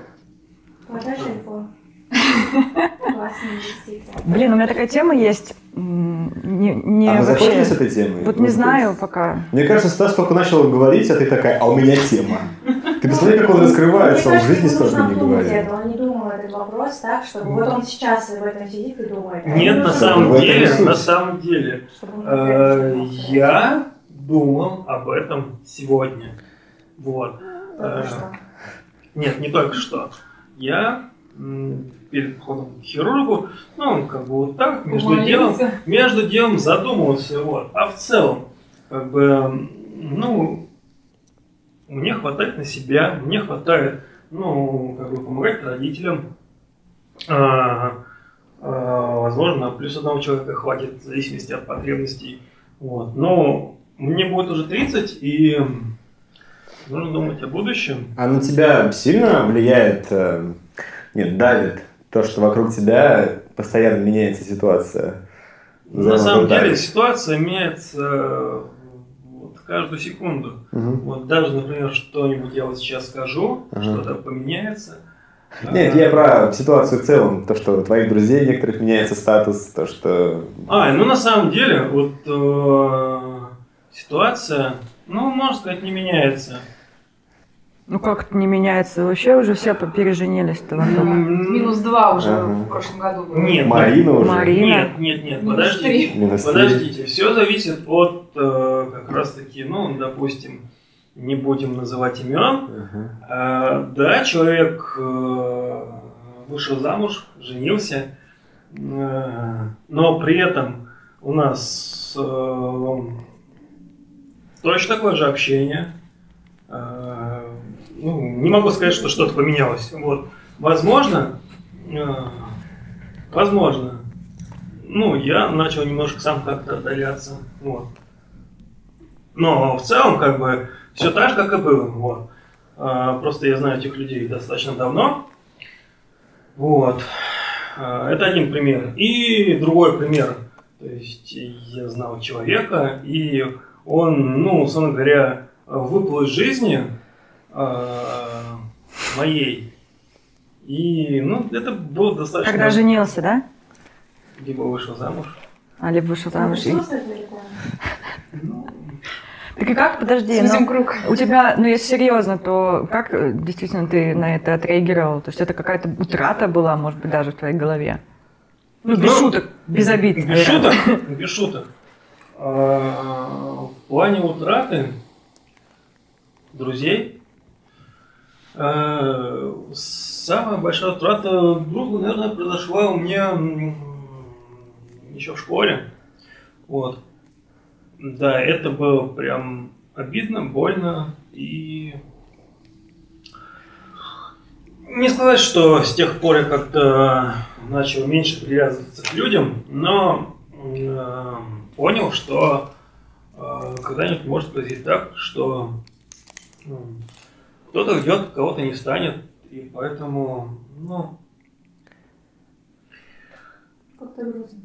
Продажи iPhone. Классная инвестиция. Блин, у меня такая тема есть. м, Не, не а вы вообще. закончили с этой темой? Вот Ну, не то знаю есть- пока. Мне кажется, Стас только начал говорить, а ты такая, а у меня тема. Ты посмотри, как он раскрывается, он в Ну, Мне кажется, жизни ему столько нужно не думать говорит. это, Он не думал этот вопрос так, чтобы вот он сейчас об этом сидит и думает. Ну, А Нет, ему на нужно В самом этом думать, деле, и суть. на самом деле, чтобы он э, не знал, что я думал об этом сегодня. Вот. Э, это. Только что. Нет, не только что. Я м, перед походом к хирургу, ну, как бы вот так, между делом, Молился. между делом задумался, вот. А в целом, как бы, м, ну, мне хватает на себя, мне хватает, ну, как бы помогать родителям. А, а, возможно, плюс одного человека хватит в зависимости от потребностей. Вот. Но мне будет уже 30, и нужно думать о будущем. А на тебя сильно влияет, э, нет, давит то, что вокруг тебя постоянно меняется ситуация? На самом деле Давит. ситуация меняется э, вот, каждую секунду. Мгм. Вот даже, например, что-нибудь я вот сейчас скажу, Ага. что-то поменяется. Нет, А, я про ситуацию в целом, то, что у твоих друзей некоторых меняется статус, то, что... А, ну на самом деле, вот э, ситуация, ну, можно сказать, не меняется. Ну как это не меняется? Вообще уже все переженились-то в одном. М, Минус два уже Ага. в прошлом году. было. Нет, Марина уже. Марина. нет, нет, нет, Минус подождите. три. Минус три. Подождите, все зависит от э, как раз таки, ну, допустим, не будем называть имен. Ага. А, да, человек э, вышел замуж, женился, э, но при этом у нас э, точно такое же общение. Э, ну, не могу сказать, что что-то поменялось. Вот. Возможно, э, возможно, ну, я начал немножко сам как-то отдаляться. Вот. Но в целом, как бы, все так же, как и было. Вот. А, Просто я знаю этих людей достаточно давно. Вот. А, Это один пример. И другой пример. То есть я знал человека, и он, ну, условно говоря, выплыл из жизни а, моей. И, ну, это было достаточно... Когда женился, да? Либо вышел замуж. А, либо вышел замуж. Ну, чувствует ли он? Ну, Так и как, подожди, ну, Сузим круг. у тебя, ну если серьезно, то как э, действительно ты на это отреагировал? То есть это какая-то утрата была, может быть, даже в твоей голове? Ну, без Ну, шуток, без обид. Без наверное. шуток, без шуток. А, В плане утраты друзей а, самая большая утрата друга, наверное, произошла у меня еще в школе. Вот. Да, это было прям обидно, больно и не сказать, что с тех пор я как-то э, начал меньше привязываться к людям, но э, понял, что э, когда-нибудь может произойти так, что ну, кто-то уйдет, кого-то не станет, и поэтому, ну, Как-то грустно.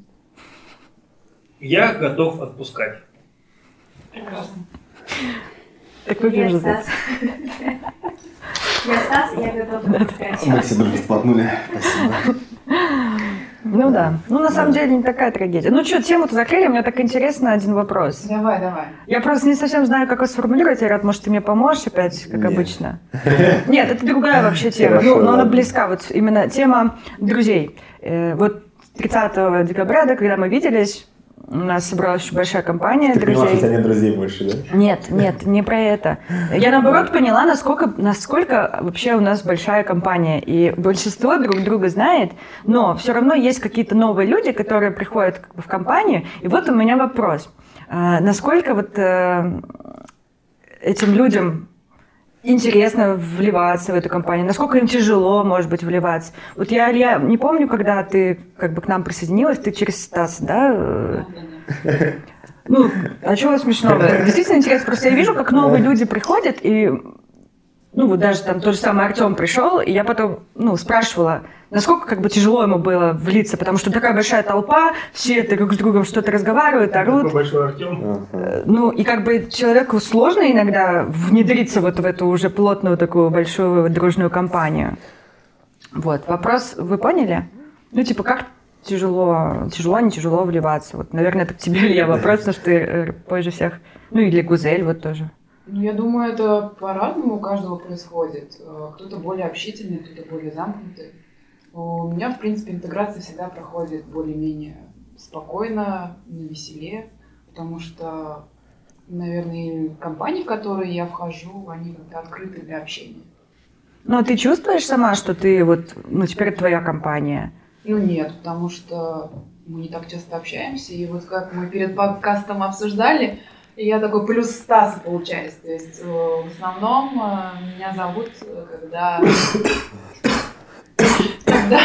я готов отпускать. Прекрасно. Так выпьем Я же за Стас. Я Стас, я готова отпускать. Мы все дружно сплотнули. Спасибо. Ну да. Ну на самом деле не такая трагедия. Ну что, тему-то закрыли, мне так интересно один вопрос. Давай, давай. Я просто не совсем знаю, как его сформулировать. Я рад, может, ты мне поможешь опять, как Нет. обычно. Нет, это другая вообще тема. Хорошо, Ну, но она ладно. близка. Вот именно тема друзей. Э, Вот 30 декабря, да, когда мы виделись, у нас собралась очень большая компания Ты понимаешь, что у тебя друзей. нет друзей больше, да? Нет, нет, не про это. Я наоборот поняла, насколько, насколько вообще у нас большая компания. И большинство друг друга знает, но все равно есть какие-то новые люди, которые приходят как бы в компанию. И вот у меня вопрос. А, Насколько вот э, этим людям интересно вливаться в эту компанию? Насколько им тяжело, может быть, вливаться? Вот я, Илья, не помню, когда ты как бы к нам присоединилась, ты через Стас, да? э, Да-да-да. ну, а чего смешного? Действительно интересно, просто я вижу, как новые люди приходят, и ну вот даже там тот же самый Артем пришел, и я потом, ну, спрашивала, насколько как бы тяжело ему было влиться, потому что такая большая толпа, все это друг с другом что-то разговаривают, Такой орут. большой Артем. Ага. Э, Ну, и как бы человеку сложно иногда внедриться вот в эту уже плотную такую большую дружную компанию. Вот, вопрос, вы поняли? Ну, типа, как тяжело, тяжело, не тяжело вливаться? Вот, наверное, это к тебе, Илья, вопрос, потому что ты э, позже всех, ну, или Гузель вот тоже. Ну, я думаю, это по-разному у каждого происходит. Э, Кто-то более общительный, кто-то более замкнутый. У меня, в принципе, интеграция всегда проходит более-менее спокойно, на веселее, потому что, наверное, и компании, в которые я вхожу, они как-то открыты для общения. Ну, а ты чувствуешь сама, что ты вот, ну, теперь это твоя компания? Ну, нет, потому что мы не так часто общаемся, и вот как мы перед подкастом обсуждали, и я такой плюс Стас получаюсь. То есть э, в основном э, меня зовут, э, когда... когда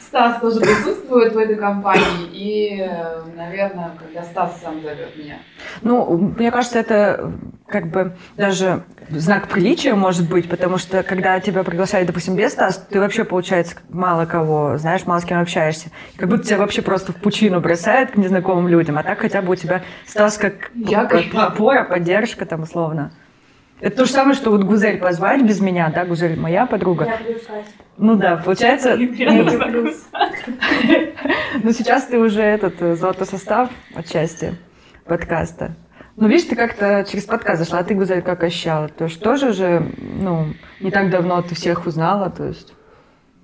Стас тоже присутствует в этой компании, и, э, наверное, когда Стас сам зовет меня. Ну, мне кажется, это как бы даже знак приличия может быть, потому что когда тебя приглашают, допустим, без Стас, ты вообще, получается, мало кого знаешь, мало с кем общаешься. Как будто тебя вообще просто в пучину бросают к незнакомым людям, а так хотя бы у тебя Стас как Якорь. как опора, поддержка там условно. Это то же самое, что вот Гузель позвать без меня, да, Гузель моя подруга. Я плюс Катя. Ну да, получается, Я не плюс. Ну, сейчас ты уже этот э, золотой состав отчасти подкаста. Ну, видишь, ты как-то через подкаст зашла, а ты, Гузель, как ощущала? То есть тоже же, ну, не так давно ты всех узнала, то есть...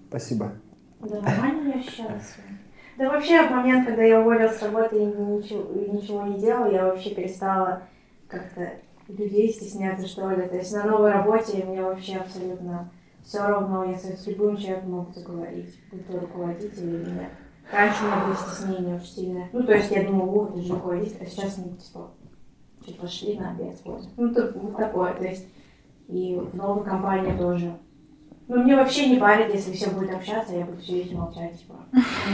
Спасибо. Да, нормально я ощущала себя. Да вообще, в момент, когда я уволилась с работы и ничего, и ничего не делала, я вообще перестала как-то людей стесняться, что ли. То есть на новой работе мне вообще абсолютно все равно, если с любым человеком могу заговорить, будь то руководитель или нет. Раньше у меня было стеснение очень сильное. Ну, то есть я думала, вот, ты же руководитель, а сейчас мне типа, что пошли на обед, вот. Ну, то- вот такое, то есть. И в новой компании тоже. Ну, мне вообще не парит, если все будет общаться, я буду сидеть и молчать, типа.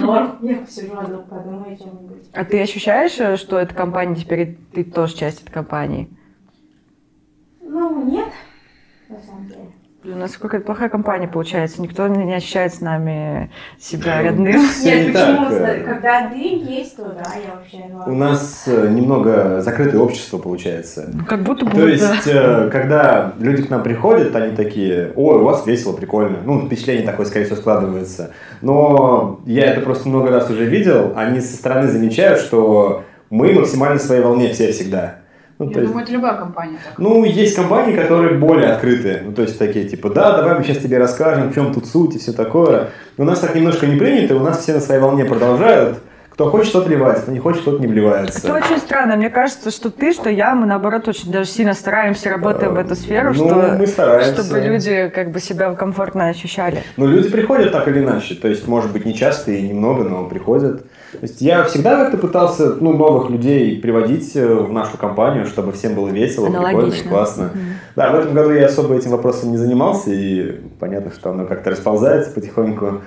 Норм. Я сижу одну, подумаю о чем-нибудь. А ты ощущаешь, э, что эта компания теперь, ты тоже часть этой компании? Ну, нет, на самом деле. Блин, насколько это плохая компания получается, никто не не ощущает с нами себя родным. Все не Нет, почему? так, э, Когда дым есть, то да, я вообще... ну, У нас э, немного закрытое общество получается. Ну, Как будто бы... То вот, да. есть, э, когда люди к нам приходят, они такие, ой, у вас весело, прикольно. Ну, впечатление такое, скорее всего, складывается. Но я это просто много раз уже видел. Они со стороны замечают, что мы максимально в своей волне все всегда. Ну, то Я есть- думаю, это любая компания так. ну, есть компании, которые более открытые. Ну, то есть такие, типа, да, давай мы сейчас тебе расскажем, в чем тут суть и все такое. Но у нас так немножко не принято, у нас все на своей волне продолжают. Кто хочет, тот вливается, кто не хочет, тот не вливается. Это очень странно. Мне кажется, что ты, что я, мы наоборот очень даже сильно стараемся, работаем в эту сферу, Ну, что мы стараемся. чтобы люди как бы себя комфортно ощущали. Ну, люди приходят так или иначе. То есть, может быть, не часто и немного, но приходят. То есть, я всегда как-то пытался ну, новых людей приводить э, в нашу компанию, чтобы всем было весело, прикольно и Аналогично. классно. Мгм. Да, в этом году я особо этим вопросом не занимался, и понятно, что оно как-то расползается потихоньку.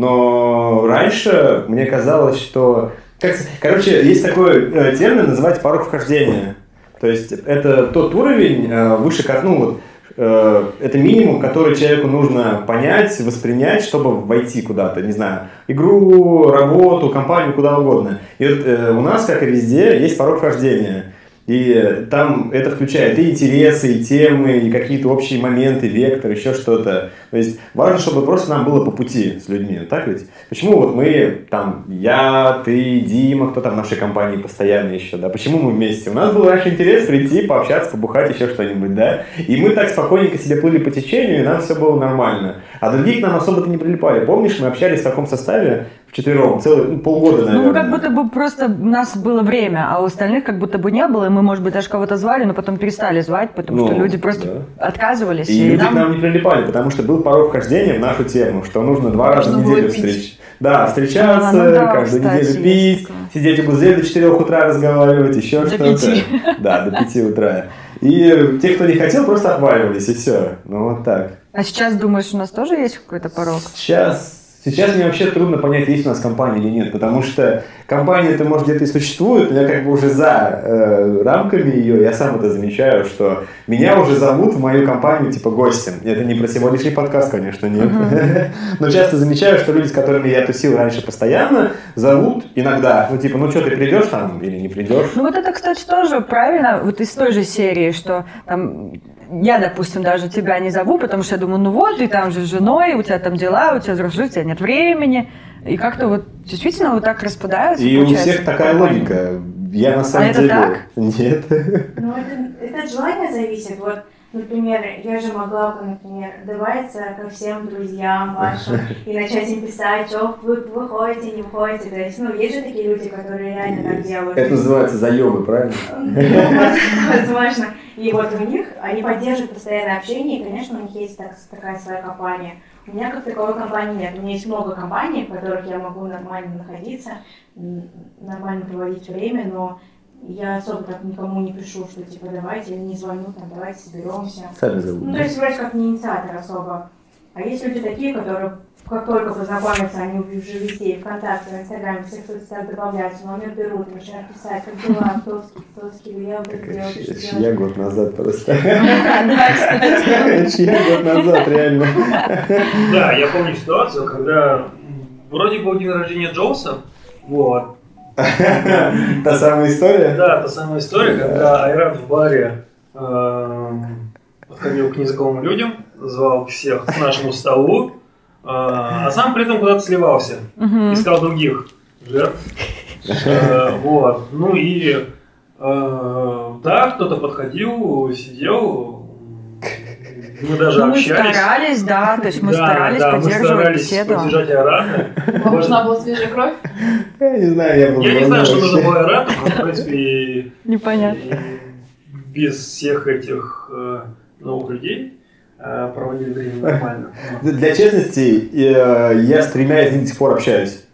Но раньше мне казалось, что... как с- Короче, есть такой э, термин, называется порог вхождения. То есть это тот уровень э, выше, ко- ну вот, э, это минимум, который человеку нужно понять, воспринять, чтобы войти куда-то, не знаю, игру, работу, компанию, куда угодно. И вот э, у нас, как и везде, есть порог вхождения. И э, там это включает и интересы, и темы, и какие-то общие моменты, вектор, еще что-то. То есть важно, чтобы просто нам было по пути с людьми, так ведь? Почему вот мы, там, я, ты, Дима, кто там в нашей компании постоянно еще, да, почему мы вместе? У нас был раньше интерес прийти, пообщаться, побухать, еще что-нибудь, да? И мы так спокойненько себе плыли по течению, и нам все было нормально. А другие к нам особо-то не прилипали. Помнишь, мы общались в таком составе вчетвером, целых ну, полгода, наверное. Ну, мы как будто бы просто у нас было время, а у остальных как будто бы не было, и мы, может быть, даже кого-то звали, но потом перестали звать, потому что Ну, люди просто отказывались. И люди нам- к нам не прилипали, потому что был порог вхождения в нашу тему, что нужно два раза в Нужно неделю было пить. встреч... да, А, встречаться, ну да, каждую кстати, неделю есть пить, такое. сидеть у гузеля до 4 утра разговаривать, еще До что-то. пяти. Да, до 5 утра. И те, кто не хотел, просто отваливались, и все. Ну вот так. А сейчас думаешь, у нас тоже есть какой-то порог? Сейчас Сейчас мне вообще трудно понять, есть у нас компания или нет, потому что компания это может где-то и существует, но я как бы уже за э, рамками ее, я сам это замечаю, что меня уже зовут в мою компанию типа гостем. И это не про сегодняшний подкаст, конечно, нет. Но часто замечаю, что люди, с которыми я тусил раньше постоянно, зовут иногда, ну типа, ну что, ты придешь там или не придешь? Ну вот это, кстати, тоже правильно, вот из той же серии, что там я, допустим, даже тебя не зову, потому что я думаю, ну вот, ты там же с женой, у тебя там дела, у тебя взрослый, у тебя нет времени. И как-то вот действительно вот так распадаются. И у получается, всех такая компании. логика. Я на самом это деле... так? Нет. Ну, это, это от желания зависит. Вот, например, я же могла бы, например, добавиться ко всем друзьям вашим и начать им писать, что вы выходите, не выходите. То есть, ну, есть же такие люди, которые реально так делают. Это называется заебы, правильно? Возможно. И вот у них, они поддерживают постоянное общение, и, конечно, у них есть так- такая своя компания. У меня как таковой компании нет. У меня есть много компаний, в которых я могу нормально находиться, м, нормально проводить время, но я особо так никому не пишу, что типа давайте, или не звоню, там давайте соберемся. Сами зовут. Ну, то есть вроде как не инициатор особо. А есть люди такие, которые как только познакомятся, они в же везде, ВКонтакте, в Инстаграме, всех соцсетях добавляются, номер берут, начинают писать, как дела, кто с- кто с кем, я вот Как это делаю, ты что чья- делаешь? чья год назад просто. Да, кстати. Чья год назад, реально. Да, я помню ситуацию, когда м, вроде был день рождения Джоуса, вот. Та самая история? Да, та самая история, когда Айрат в баре эм, подходил к незнакомым людям, звал всех к нашему столу, э, а сам при этом куда-то сливался, Мгм. искал других жертв. Э, Вот. Ну и э, да, кто-то подходил, сидел, м, мы даже Ну, мы общались. старались, да, то есть мы Да, старались да, мы поддерживать старались беседу. поддержать Айрата. Вам нужна была свежая кровь? Я не знаю, я был Я не знаю, что вообще. нужно было Айрату, но, в принципе, и- Непонятно. и без всех этих э, новых людей э, проводили время нормально. Для честности, э, я с тремя из них до сих пор общаюсь.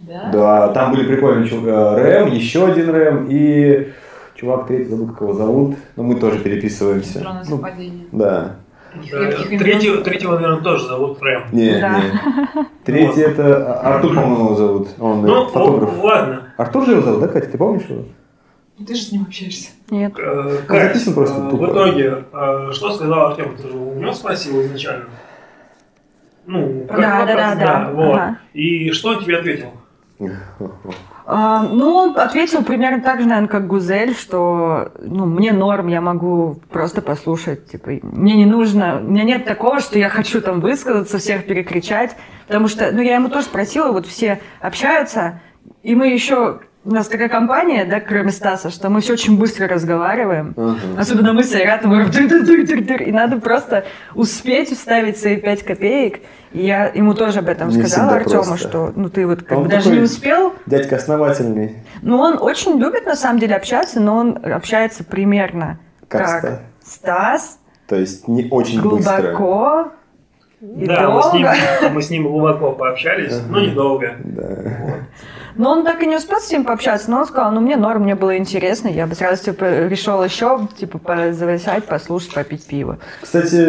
Да. Да, там были прикольные чу- э, Рэм, еще один Рэм и чувак третий, забыл, как его зовут, но мы тоже переписываемся. Странное Ну, совпадение. да. Таких Да, крепких имен. Э, Третьего, третьего, наверное, тоже зовут Рэм. Не, Да. не. Третий это Артур, по-моему, его зовут. Он Ну, э, фотограф. о, ладно. Артур же его зовут, да, Катя, ты помнишь его? Ну, Ты же с ним общаешься. Нет. Э, Кать, А записан просто э, тупо. в итоге, э, что сказал Артем? Ты же у него спросил изначально. Ну, как Да, да, да, вопрос, да. вот. Ага. И что он тебе ответил? А, ну, он ответил примерно так же, наверное, как Гузель, что ну, мне норм, я могу просто послушать. Типа, мне не нужно, у меня нет такого, что я хочу там высказаться, всех перекричать. Потому что, ну, я ему тоже спросила, вот все общаются, и мы еще, у нас такая компания, да, кроме Стаса, что мы все очень быстро разговариваем. Ага. Особенно мы с Айратом, мы дыр дыр дыр дыр дыр и надо просто успеть вставить свои пять копеек. И я ему тоже об этом Не сказала, всегда Артему, просто. А что ну ты вот как Он бы даже такой- не успел, Дядька основательный. ну, он очень любит, на самом деле, общаться, но он общается примерно Как как, Стас. Стас, То есть не очень быстро. глубоко и да, мы с, долго. ним, э, мы с ним глубоко пообщались, Ага. но недолго. Да. Вот. Но он так и не успел с ним пообщаться, но он сказал, ну, мне норм, мне было интересно, я бы с радостью решил еще, типа, позавышать, послушать, попить пиво. Кстати,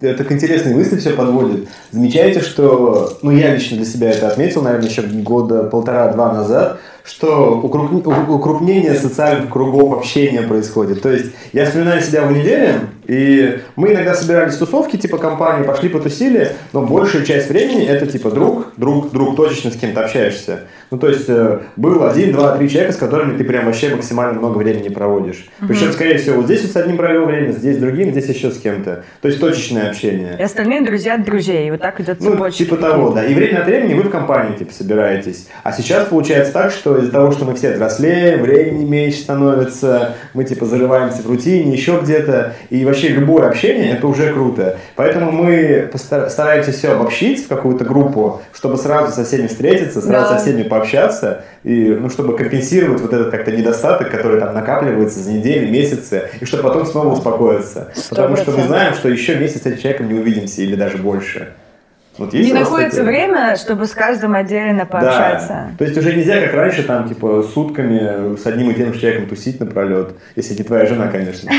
это к интересной мысли все подводит. Замечаете, что, ну я лично для себя это отметил, наверное, еще года полтора-два назад, что укруп- у- укрупнение социальных кругов общения происходит. То есть я вспоминаю себя в универе, и мы иногда собирались в тусовки, типа компании, пошли потусили, но большую часть времени это типа друг, друг, друг, точечно с кем-то общаешься. Ну, то есть э, был один, два, три человека, с которыми ты прям вообще максимально много времени проводишь. Причем, скорее всего, вот здесь вот с одним провел время, здесь с другим, здесь еще с кем-то. То есть точечное общение. И остальные друзья от друзей, и вот так идет Ну, цепочка. типа того, да. И время от времени вы в компании, типа, собираетесь. А сейчас получается так, что из-за того, что мы все взрослее, времени меньше становится, мы, типа, зарываемся в рутине, еще где-то. И вообще любое общение – это уже круто. Поэтому мы постар- стараемся все обобщить в какую-то группу, чтобы сразу со всеми встретиться, сразу Да. со всеми пообщаться, и, ну, чтобы компенсировать вот этот как-то недостаток, который там накапливается за недели, месяцы, и чтобы потом снова успокоиться. Сто Потому что мы процентов. знаем, что еще месяц с этим человеком не увидимся или даже больше. Вот есть Не у вас находится такие? время, чтобы с каждым отдельно Да. пообщаться. То есть уже нельзя, как раньше, там, типа, сутками с одним и тем же человеком тусить напролет. Если не твоя жена, конечно.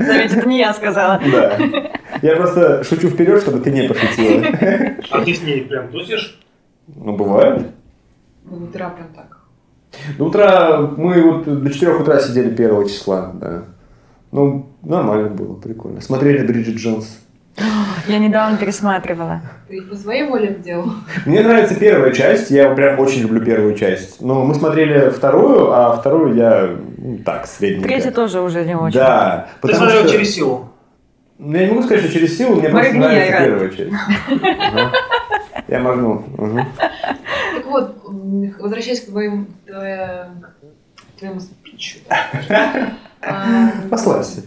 Заметь, это не я сказала. Да. Я просто шучу вперед, чтобы ты не пошутила. А ты с ней прям тусишь? Ну, бывает. До утра Ну, прям так. До утра мы вот до 4 утра сидели 1 числа, да. Ну, нормально было, прикольно. Смотрели Бриджит Джонс. Я недавно пересматривала. Ты их по своей воле сделал? Мне нравится первая часть, я прям очень люблю первую часть. Но мы смотрели вторую, а вторую я ну, так, средненько. Третья тоже уже не очень. Да, Ты потому смотрел что... через силу. Ну, я не могу сказать, что через силу, мне просто Моргни, нравится Айрат. первая часть. Ага. Я моргнул. Мгм. Так вот, м, возвращаясь к твоим... твоя- к твоему спичу. А, Послабься.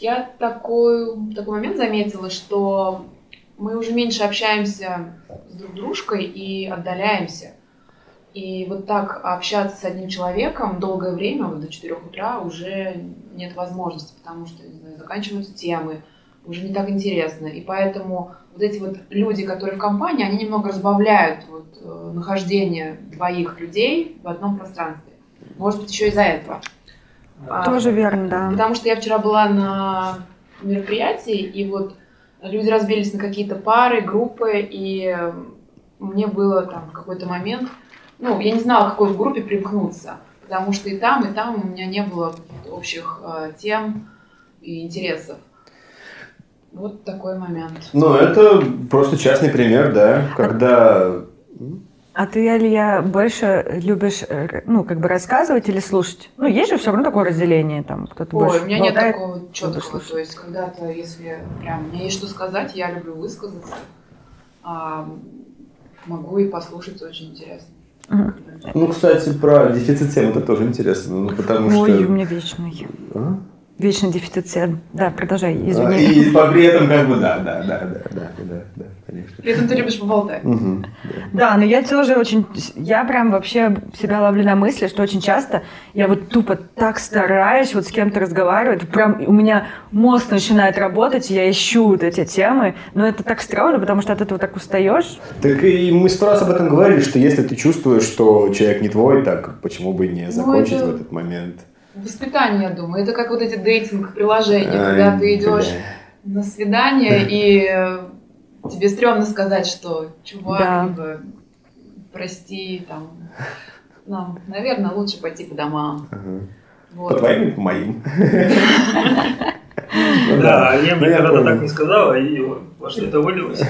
Я такой, такой момент заметила, что мы уже меньше общаемся с друг дружкой и отдаляемся. И вот так общаться с одним человеком долгое время, вот до 4 утра, уже нет возможности, потому что, не знаю, заканчиваются темы, уже не так интересно. И поэтому вот эти вот люди, которые в компании, они немного разбавляют вот, э, нахождение двоих людей в одном пространстве. Может быть, еще из-за этого. А, Тоже верно, да. Потому что я вчера была на мероприятии, и вот люди разбились на какие-то пары, группы, и э, мне было там в какой-то момент, ну, я не знала, к какой группе примкнуться, потому что и там, и там у меня не было каких-то общих э, тем и интересов. Вот такой момент. Ну, это просто частный пример, да, когда... А ты, Илья, больше любишь, э, ну, как бы рассказывать или слушать? Ну, есть же все равно такое разделение, там, кто-то Ой, больше у меня нет болтает. такого четкого, слушать. то есть когда-то, если прям мне есть что сказать, я люблю высказаться, а, могу и послушать, очень интересно. Мгм. Ну, кстати, про дефицит тем это тоже интересно, ну, потому Ой, у что... меня вечный, А? вечный дефицит. Да, продолжай, А, извини. И по при этом как бы да, да, да, да, да, да, да, конечно. При этом ты любишь поболтать. Мгм. Да, но я тоже очень... Я прям вообще себя ловлю на мысли, что очень часто я вот тупо так стараюсь вот с кем-то разговаривать. Прям у меня мозг начинает работать, и я ищу вот эти темы. Но это так стрёмно, потому что от этого так устаешь. Так и мы сто раз об этом говорили, что если ты чувствуешь, что человек не твой, так почему бы не Ну, закончить это- в этот момент? Воспитание, я думаю. Это как вот эти А, дейтинг-приложения, когда Ай, ты идешь на свидание, и э, тебе стрёмно сказать, что чувак, Да. либо, прости, там, нам, наверное, лучше пойти по домам. бля. Ага. Вот. По твоим и по моим. Ну Да, я Ну, мне я когда-то понял. так не сказала, и во что-то вылилось.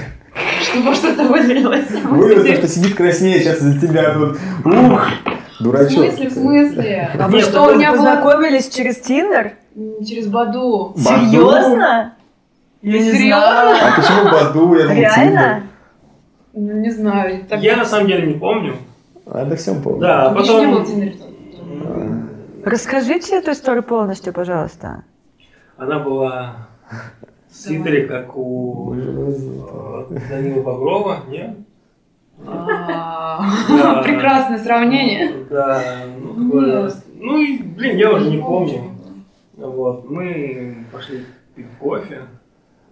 Что во что-то выделилось. Вырос, что сидит краснее сейчас за тебя тут. Ух, В дурачок. смысле, в смысле? А вы Нет, что, у меня была- познакомились через Тиндер? М, Через Баду. Баду? Серьезно? Я не Серьёзно? знала. А почему Баду? Я думал, Реально? М, Не знаю. так- Я на самом деле не помню. Тиндер. А да всем помню. Да, а У меня же не было потом... Тиндера в тот- тот момент. А, Расскажите эту историю полностью, пожалуйста. Она была в Сидоре, как у боже мой. э, Данила Багрова, не? А, Прекрасное сравнение. Да, ну, такое- Нет. ну и, блин, я уже не помню. Вот, мы пошли пить кофе,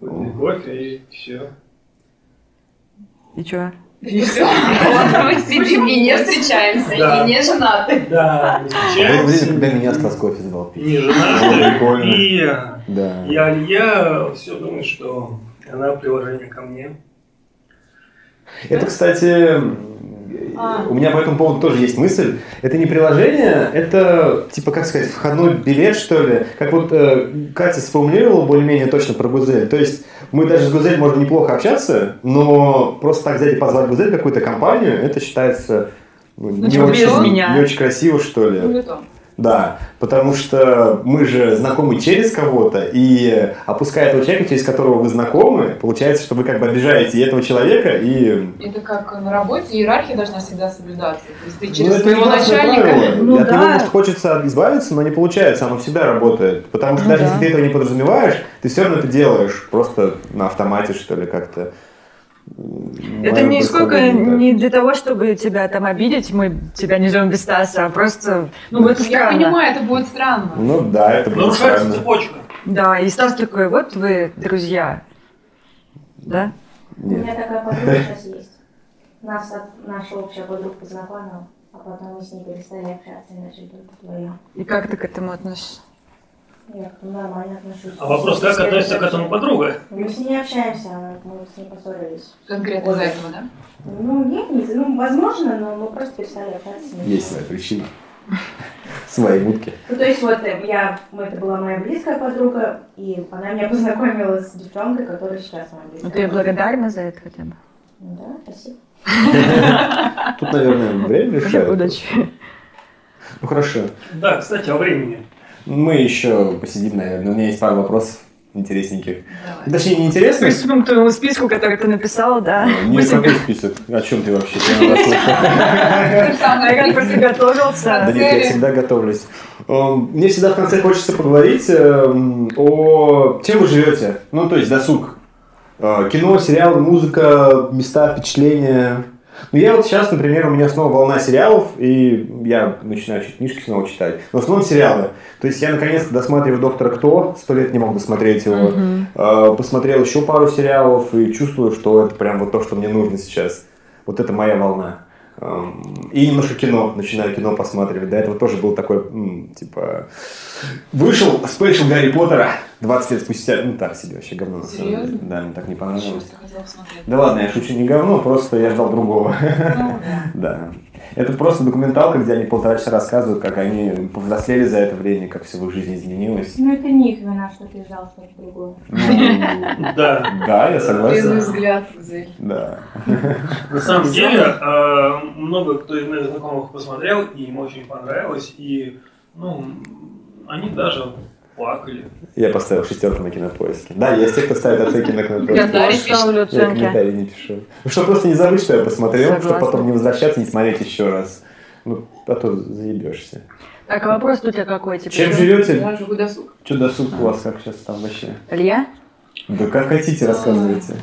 выпили кофе и все. И чё? И все. Вот мы сидим и не встречаемся, Да. и не женаты. Да, не Было А время, встречаемся. когда меня Стас кофе звал. Не жена, что ли? Прикольно. И Да. я, я все думаю, что она приложение ко мне. Это, кстати, м, А. у меня по этому поводу тоже есть мысль. Это не приложение, это, типа, как сказать, входной билет, что ли. Как вот э, Катя сформулировала более-менее точно про Гузель. То есть мы даже с Гузель можем неплохо общаться, но просто так взять и позвать Гузель какую-то компанию, это считается ну, не, типа, без очень, меня. не очень красиво, что ли. Ну, и то. Да, потому что мы же знакомы через кого-то, и опуская этого человека, через которого вы знакомы, получается, что вы как бы обижаете и этого человека, и... Это как на работе иерархия должна всегда соблюдаться. То есть ты Ну, через это своего негласное начальника. правило. Ну От да. него, может, хочется избавиться, но не получается, оно всегда работает. Потому что Ну даже да. если ты этого не подразумеваешь, ты все равно это делаешь, просто на автомате, что ли, как-то. Это Это не сколько не для того, чтобы тебя там обидеть, мы тебя не зовем без Стаса, а просто, ну, это Я странно. понимаю, это будет странно. Ну да, это было Нарушается странно. цепочка. Да, и Стас такой, вот вы друзья, да? У Нет. меня такая подруга сейчас есть. Нас, от- наша общая подруга познакомила, а потом мы с ней перестали общаться и начали только вдвоем. И как ты к этому относишься? Я к нему нормально отношусь. А вопрос, как относится к этому подруга? Мы с ней не общаемся, она- мы с ней поссорились. Конкретно из-за Ой. этого, да? Ну, нет, не, ну, возможно, но мы просто перестали общаться. Есть своя причина. Свои будки. Ну, то есть вот э, я, это была моя близкая подруга, и она меня познакомила с девчонкой, которая сейчас моя Ну, близкая. ты ей благодарна за это хотя бы? Ну Да, спасибо. Тут, наверное, время решает. Удачи. Ну хорошо. Да, кстати, о времени. Мы еще посидим, наверное. У меня есть пара вопросов интересненьких. Давай. Точнее, не интересных. Приступим к ну, твоему списку, который ты написал, да. Ну, Не Быстренько. какой список? О чем ты вообще? Я не расслышал. А я как просто Да готовился. нет, я всегда готовлюсь. Эм, Мне всегда в конце хочется поговорить эм, о чем вы живете. Ну, то есть досуг. Э, Кино, сериал, музыка, места, впечатления. Ну, я вот сейчас, например, у меня снова волна сериалов, и я начинаю чуть книжки снова читать. Но в основном сериалы. То есть я наконец-то досматриваю «Доктора Кто», сто лет не мог досмотреть его. Мгм. Э, Посмотрел еще пару сериалов и чувствую, что это прям вот то, что мне нужно сейчас. Вот это моя волна. Эм, И немножко кино, начинаю кино посматривать. До этого тоже был такой, м, типа... Вышел спешл Гарри Поттера 20 лет спустя. Ну так себе вообще говно. на самом деле. Серьезно? Да, мне так не Чего понравилось. ты хотела посмотреть? Да ладно, я шучу не говно, просто я ждал другого. Ну, да. Да. Это просто документалка, где они полтора часа рассказывают, как они повзрослели за это время, как все в их жизни изменилось. Ну, это не их вина, что ты ждал что-то другое. Ну, Да. Да, я Трезвый согласен. взгляд, Зель. Да. На самом деле, э, много кто из моих знакомых посмотрел, и им очень понравилось, и, ну, они даже плакали. Я поставил шестерку на кинопоиске. Да, есть те, кто ставит оценки на Я кинопоиске. тоже ставлю Я оценки. комментарии не пишу. Ну, чтобы просто не забыть, что я посмотрел, чтобы Согласна. потом не возвращаться, не смотреть еще раз. Ну, а то заебешься. Так, а вопрос у тебя какой? Типа, Чем ты- живете? Я живу досуг. Че досуг у вас как сейчас там вообще? Илья? Да как хотите, рассказывайте.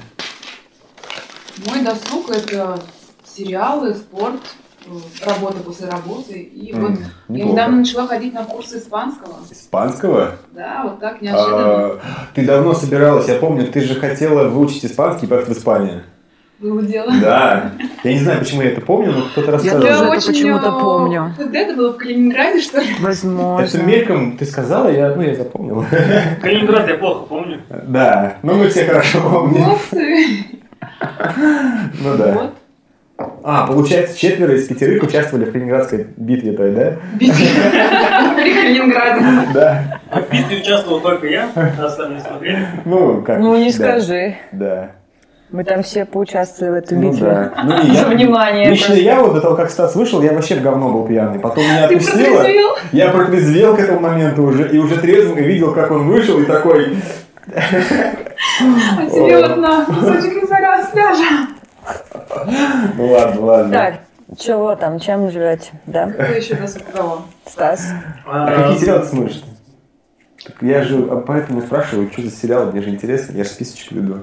Мой досуг – это сериалы, спорт, э, работа после работы. И вот М, я неплохо. недавно начала ходить на курсы испанского. Испанского? Да, вот так неожиданно. А, Ты давно собиралась, я помню, ты же хотела выучить испанский и поехать в Испанию. Было дело. Да. Я не знаю, почему я это помню, но кто-то тоже рассказал. это почему-то э, помню. Вот это было в Калининграде, что ли? Это Возможно. мельком ты сказала, я, ну, я запомнил. Калининград я плохо помню. Да, ну мы все хорошо помним. Молодцы. Ну да. Вот. А, получается, четверо из пятерых участвовали в Калининградской битве той, да? При Калининграде. Да. А в битве участвовал только я, а остальные смотрели. Ну, как? Ну, не да, скажи. Да. Мы там все поучаствовали в этой Ну битве. да. Ну и За внимание Лично просто. я вот до того, как Стас вышел, я вообще в говно был пьяный. Потом меня Ты отпустило. протрезвел? Я протрезвел к этому моменту уже, и уже трезвым видел, как он вышел, и такой, А тебе вот на кусочек инсара с пляжа. ну ладно, ладно. Так, чего там, чем живете? Да, Какой еще досуг у кого? Стас? А какие сериалы ты смотришь? Так я же а поэтому и спрашиваю, что за сериалы, мне же интересно, я же списочек веду.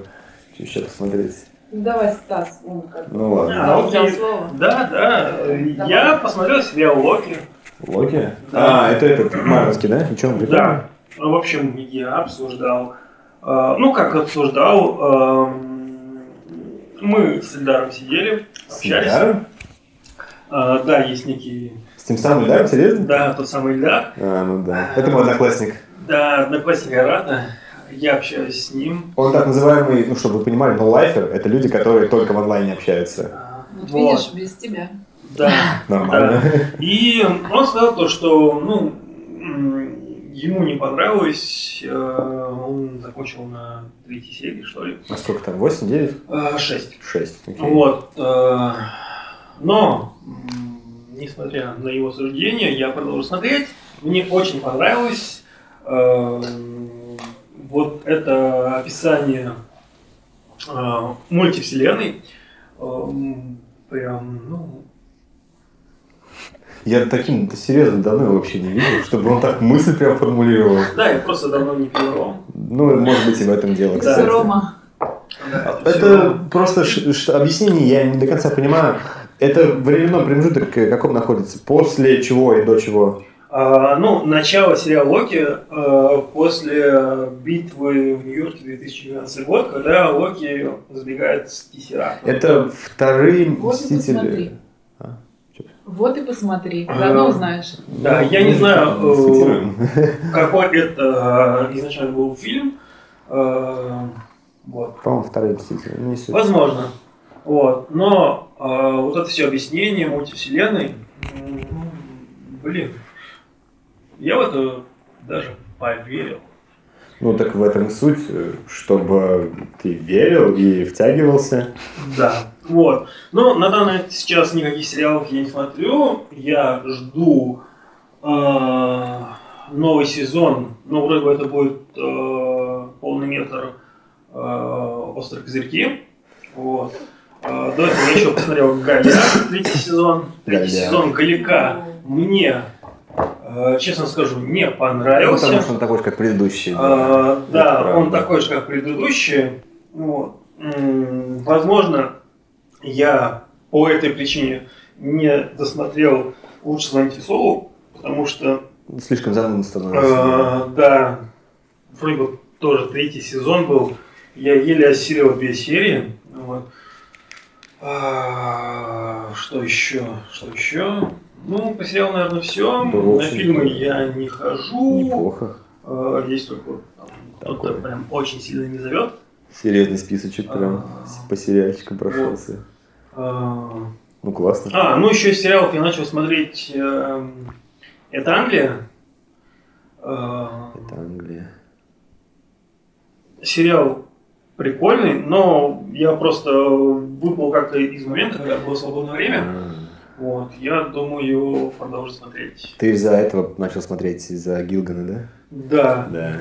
Что еще посмотреть? Ну давай, Стас, он как бы. Ну ладно. А, Он взял окей. слово. Да, да, э, я посмотрел сериал Локи. Локи? Да. А, это этот, Марвинский, да? Ничего, он Да. Ну, В общем, я обсуждал. э, Ну, как обсуждал, эм, мы с Эльдаром сидели, С общались. Эльдаром? Э, Да, есть некий... С тем самым, да, серьезно? Да, тот самый Эльдар. А, ну да. Это мой одноклассник. Да, одноклассник Арата. Я общаюсь с ним. Он так называемый, ну, чтобы вы понимали, но лайфер это люди, которые только в онлайне общаются. А, Вот вот, видишь, без тебя. Да. Нормально. И он сказал то, что ну, м, ему не понравилось, э, он закончил на третьей серии, что ли, А сколько там? 8, 9, Э, шесть. 6. Окей. Вот. э, Но, м, несмотря на его суждение, я продолжу смотреть. Мне очень понравилось э, вот это описание э, мультивселенной. Эм, Прям, ну, Я таким серьезно давно его вообще не видел, чтобы он так мысль прям формулировал. да, я просто давно не пил ром. Ну, может быть, и в этом дело. Да. кстати. Без Рома. Да, А, Это просто ш- ш- объяснение, я не до конца понимаю. Это временной промежуток, э, каком находится? После чего и до чего? всё. А, ну, начало сериала Локи а, после битвы в Нью-Йорке 2012 год, когда Локи сбегает с Кисера. Это вторые Вот и посмотри. мстители. Вот и посмотри, заодно А. узнаешь. Да, Ну, я не знаю, э, Дискутируем. какой это а, изначально был фильм. А, вот. По-моему, вторые мстители. Ну, не суть. Возможно. Вот. Но а, вот это все объяснение мультивселенной, м, ну, блин, я в это даже поверил. Ну так в этом и суть, э, чтобы ты верил и втягивался. Да, вот. Но на данный сейчас никаких сериалов я не смотрю. Я жду э, новый сезон. Ну, вроде бы это будет э, полный метр э, «Острые козырьки». Вот. Э, до этого я еще посмотрел «Голяк», третий сезон. Третий «Голяк». сезон «Голяка» мне, э, честно скажу, не Ну, понравился. Потому что он такой же, как предыдущий. да. А, Это Да, правда. он такой же, как предыдущие. Ну Вот. М, Возможно, я по этой причине не досмотрел «Лучше звоните Солу», потому что, Слишком занудно становится. э, да, вроде бы тоже третий сезон был, я еле осилил две серии. Вот. А, Что еще? Что еще? Ну, по сериалу, наверное, все. Да, в На общем-то, фильмы я не хожу. Неплохо. Э, Есть только вот там кто-то Такое. прям очень сильно не зовет. Серьезный списочек прям А. с- по сериальчикам прошелся. Э, Ну классно. А, ну еще из сериалов я начал смотреть эм, «Это Англия». Э, Это Англия. Сериал прикольный, но я просто выпал как-то из момента, когда было свободное время. А. Вот, я думаю, продолжу смотреть. Ты из-за этого начал смотреть, из-за Гилгана, да? Да. Да.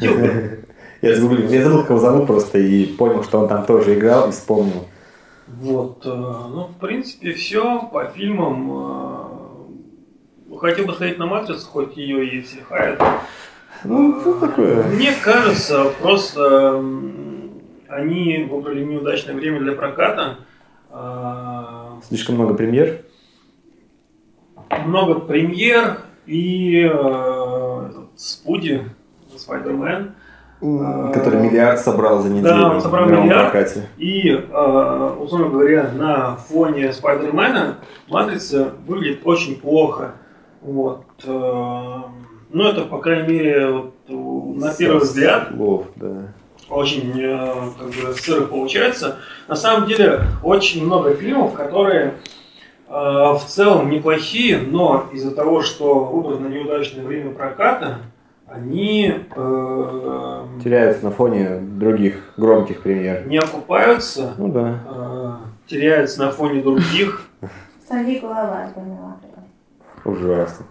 Я загуглил, я забыл, кого зовут просто, и понял, что он там тоже играл, и вспомнил. Вот, э, ну, в принципе, все по фильмам. Э, Хотел бы сходить на «Матрицу», хоть ее и все хаят. Ну, что такое? Мне кажется, просто м, они выбрали неудачное время для проката. А, Слишком много премьер. Много премьер и э, этот Спуди, Spider-Man. А. Который миллиард собрал за неделю. он собрал в мировом миллиард. прокате. И, э, условно говоря, на фоне Спайдермена Матрица выглядит очень плохо. Вот. э, Ну, это, по крайней мере, вот, э, на первый Со взгляд Слов, да. очень э, как бы сыро получается. На самом деле очень много фильмов, которые э, в целом неплохие, но из-за того, что выбрано неудачное время проката, они э, Теряются на фоне других громких премьер. не окупаются, Ну да. э, теряются на фоне других. Сорви голова, я поняла. Ужасно.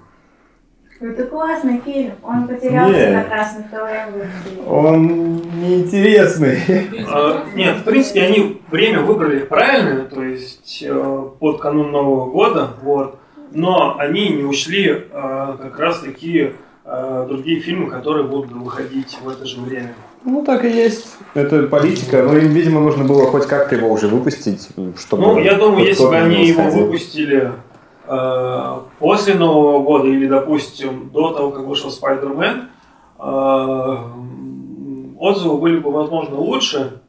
Это классный фильм. Он потерялся Не. на красных ТВ. Он неинтересный. Э, Нет, в принципе, они время выбрали правильное, то есть э, под канун Нового года, вот. Но они не учли э, как раз таки э, другие фильмы, которые будут выходить в это же время. Ну так и есть. Это политика. Ну им, видимо, нужно было хоть как-то его уже выпустить, чтобы... Ну, я думаю, хоть если бы кто-то на они него его сходил. выпустили э, после Нового года или, допустим, до того, как вышел Спайдермен, э, отзывы были бы, возможно, лучше.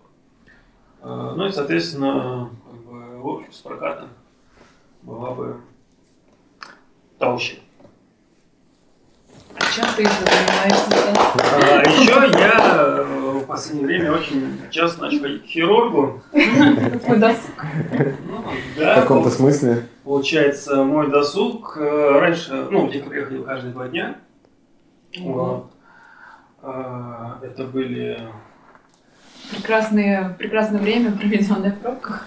Э, ну и, соответственно, как бы, выпуск с проката была бы толще. А чем ты этим занимаешься? А еще я э, в последнее время очень часто начал ходить к хирургу. Какой досуг? Ну, да, В каком-то смысле. Получается, мой досуг э, раньше, ну, в декабре ходил каждые два дня. Вот. А, Это были... Прекрасное, прекрасное время, проведенное в пробках.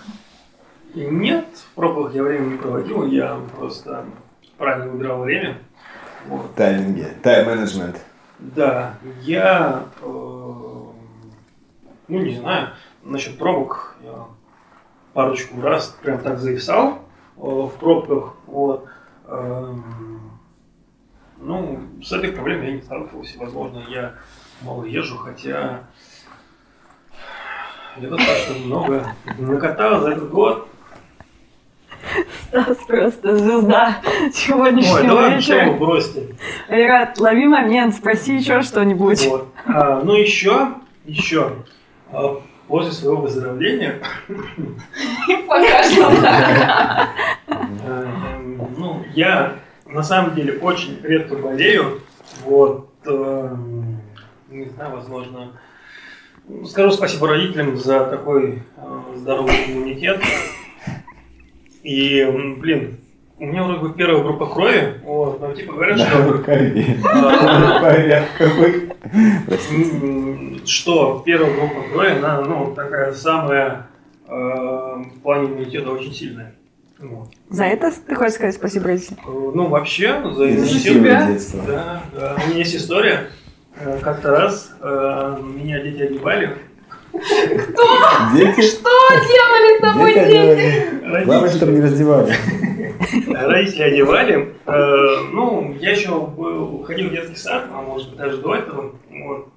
Нет, в пробках я время не проводил, я просто правильно выбирал время. Вот. Тайминги. Тайм-менеджмент. Да, я... э, Ну, не знаю, насчет пробок я парочку раз прям так зависал э, в пробках. Вот. Эм, Ну, с этой проблемой я не сталкивался. Возможно, я мало езжу, хотя я достаточно много накатал за этот год. Стас просто звезда Ну, Ой, сегодняшнего давай вечера. тему бросьте. Айрат, лови момент, спроси еще что-нибудь. Вот. А, ну еще, еще. а, после своего выздоровления, Пока что. а, эм, ну, я на самом деле очень редко болею. Вот. эм, не знаю, возможно. ну, Скажу спасибо родителям за такой э, здоровый иммунитет. И, м, блин, у меня вроде бы первая группа крови, вот, но типа говорят, Да, что рукови. а, Порядок какой. Простите. М, что первая группа крови, она ну, такая самая э, в плане иммунитета очень сильная. Вот. За это ты хочешь сказать спасибо родителям? Э, Ну, вообще, за Из иммунитет. счастливого детства. Да, да. У меня есть история. Э, Как-то раз э, меня дети одевали. Дети, Что делали с тобой дети, дети? они- Главное, чтобы Родители, не раздевали. родители одевали. Э, Ну, я еще был, ходил в детский сад, а может быть даже до этого. Вот.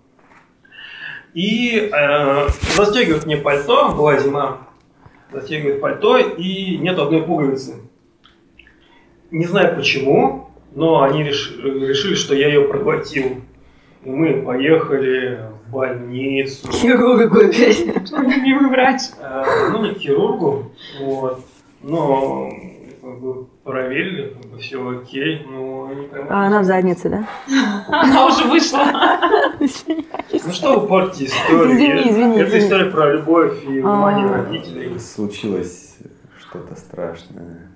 И э, застегивают мне пальто, была зима, застегивает пальто и нет одной пуговицы. Не знаю почему, но они реш- решили, что я ее проглотил. И мы поехали в больницу. Хирургу опять. Любимый врач. Э, ну, не к хирургу, вот, но как бы, проверили, как бы, все окей, но они прям- А она в заднице, да? Она уже вышла. Ну что вы портите историю? Извини, извини, Это извини. история про любовь и внимание А. родителей. Случилось что-то страшное.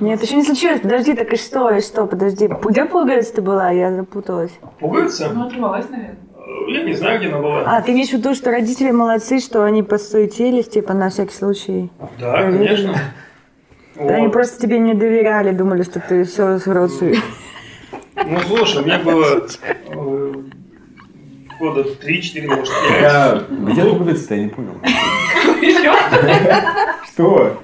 Нет, еще не случилось. Подожди, так и что, и что, подожди. Где пуговица ты была? Я запуталась. Пуговица? Ну, оторвалась, наверное. Э, Я не знаю, где она была. А, ты имеешь в виду, что родители молодцы, что они подсуетились, типа, на всякий случай? Да, проверили. конечно. А, Они Вот. просто тебе не доверяли, думали, что ты все с родственниками. Ну слушай, мне было э, года 3-4, может, 5. Я... Где пуговица-то, я не понял. Еще? Что?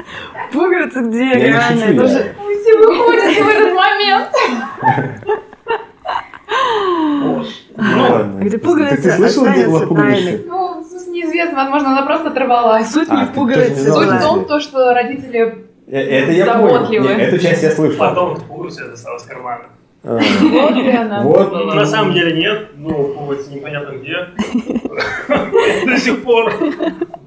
Пуговица где? Я не Реально, шучу, это я- же- Все выходите в этот момент. Ну ладно. Ты- Где пуговица Ты слышал, где была останется пуговица? Ну, в смысле, неизвестно, возможно, она просто оторвалась. Суть не А, в ты тоже пуговице не Суть в знала? была. том, то, что родители... Э, Это я понял. Заботливый. Нет, Эту часть я слышал. Потом пуговица достала из кармана. А. Вот и она. Вот. Ну, на самом деле нет, ну, пуговица непонятно где. До сих пор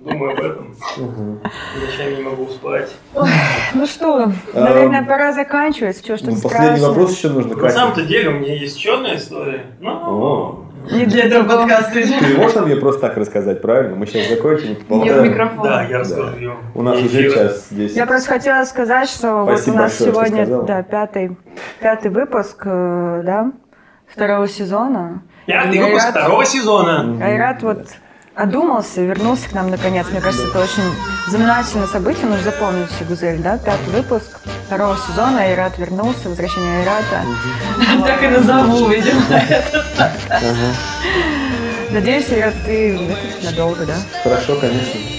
думаю об этом. Мгм. Ночами не могу спать. Ну что, наверное, пора заканчивать. Что, что Эм, Ну, Последний страшно? вопрос еще нужно. На Катя. самом-то деле у меня есть еще одна история. Ну, Ну, О. Не для этого подкаста. Ты не можешь нам ее просто так рассказать, правильно? Мы сейчас закончим. Нет поболтаем. да, микрофона. я расскажу ее. У нас уже час здесь. Я просто хотела сказать, что вот у Спасибо нас большое, что сегодня сказала. да, пятый, пятый выпуск э, да, второго сезона. Пятый выпуск Айрат- второго сезона. Мгм. Айрат вот одумался, вернулся к нам наконец. Мне кажется, это очень знаменательное событие. Мы же запомнили все, Гузель, да? Пятый выпуск второго сезона. Айрат вернулся, возвращение Айрата. Так и назову, видимо. Ага. Надеюсь, Айрат, ты это надолго, да? Хорошо, конечно.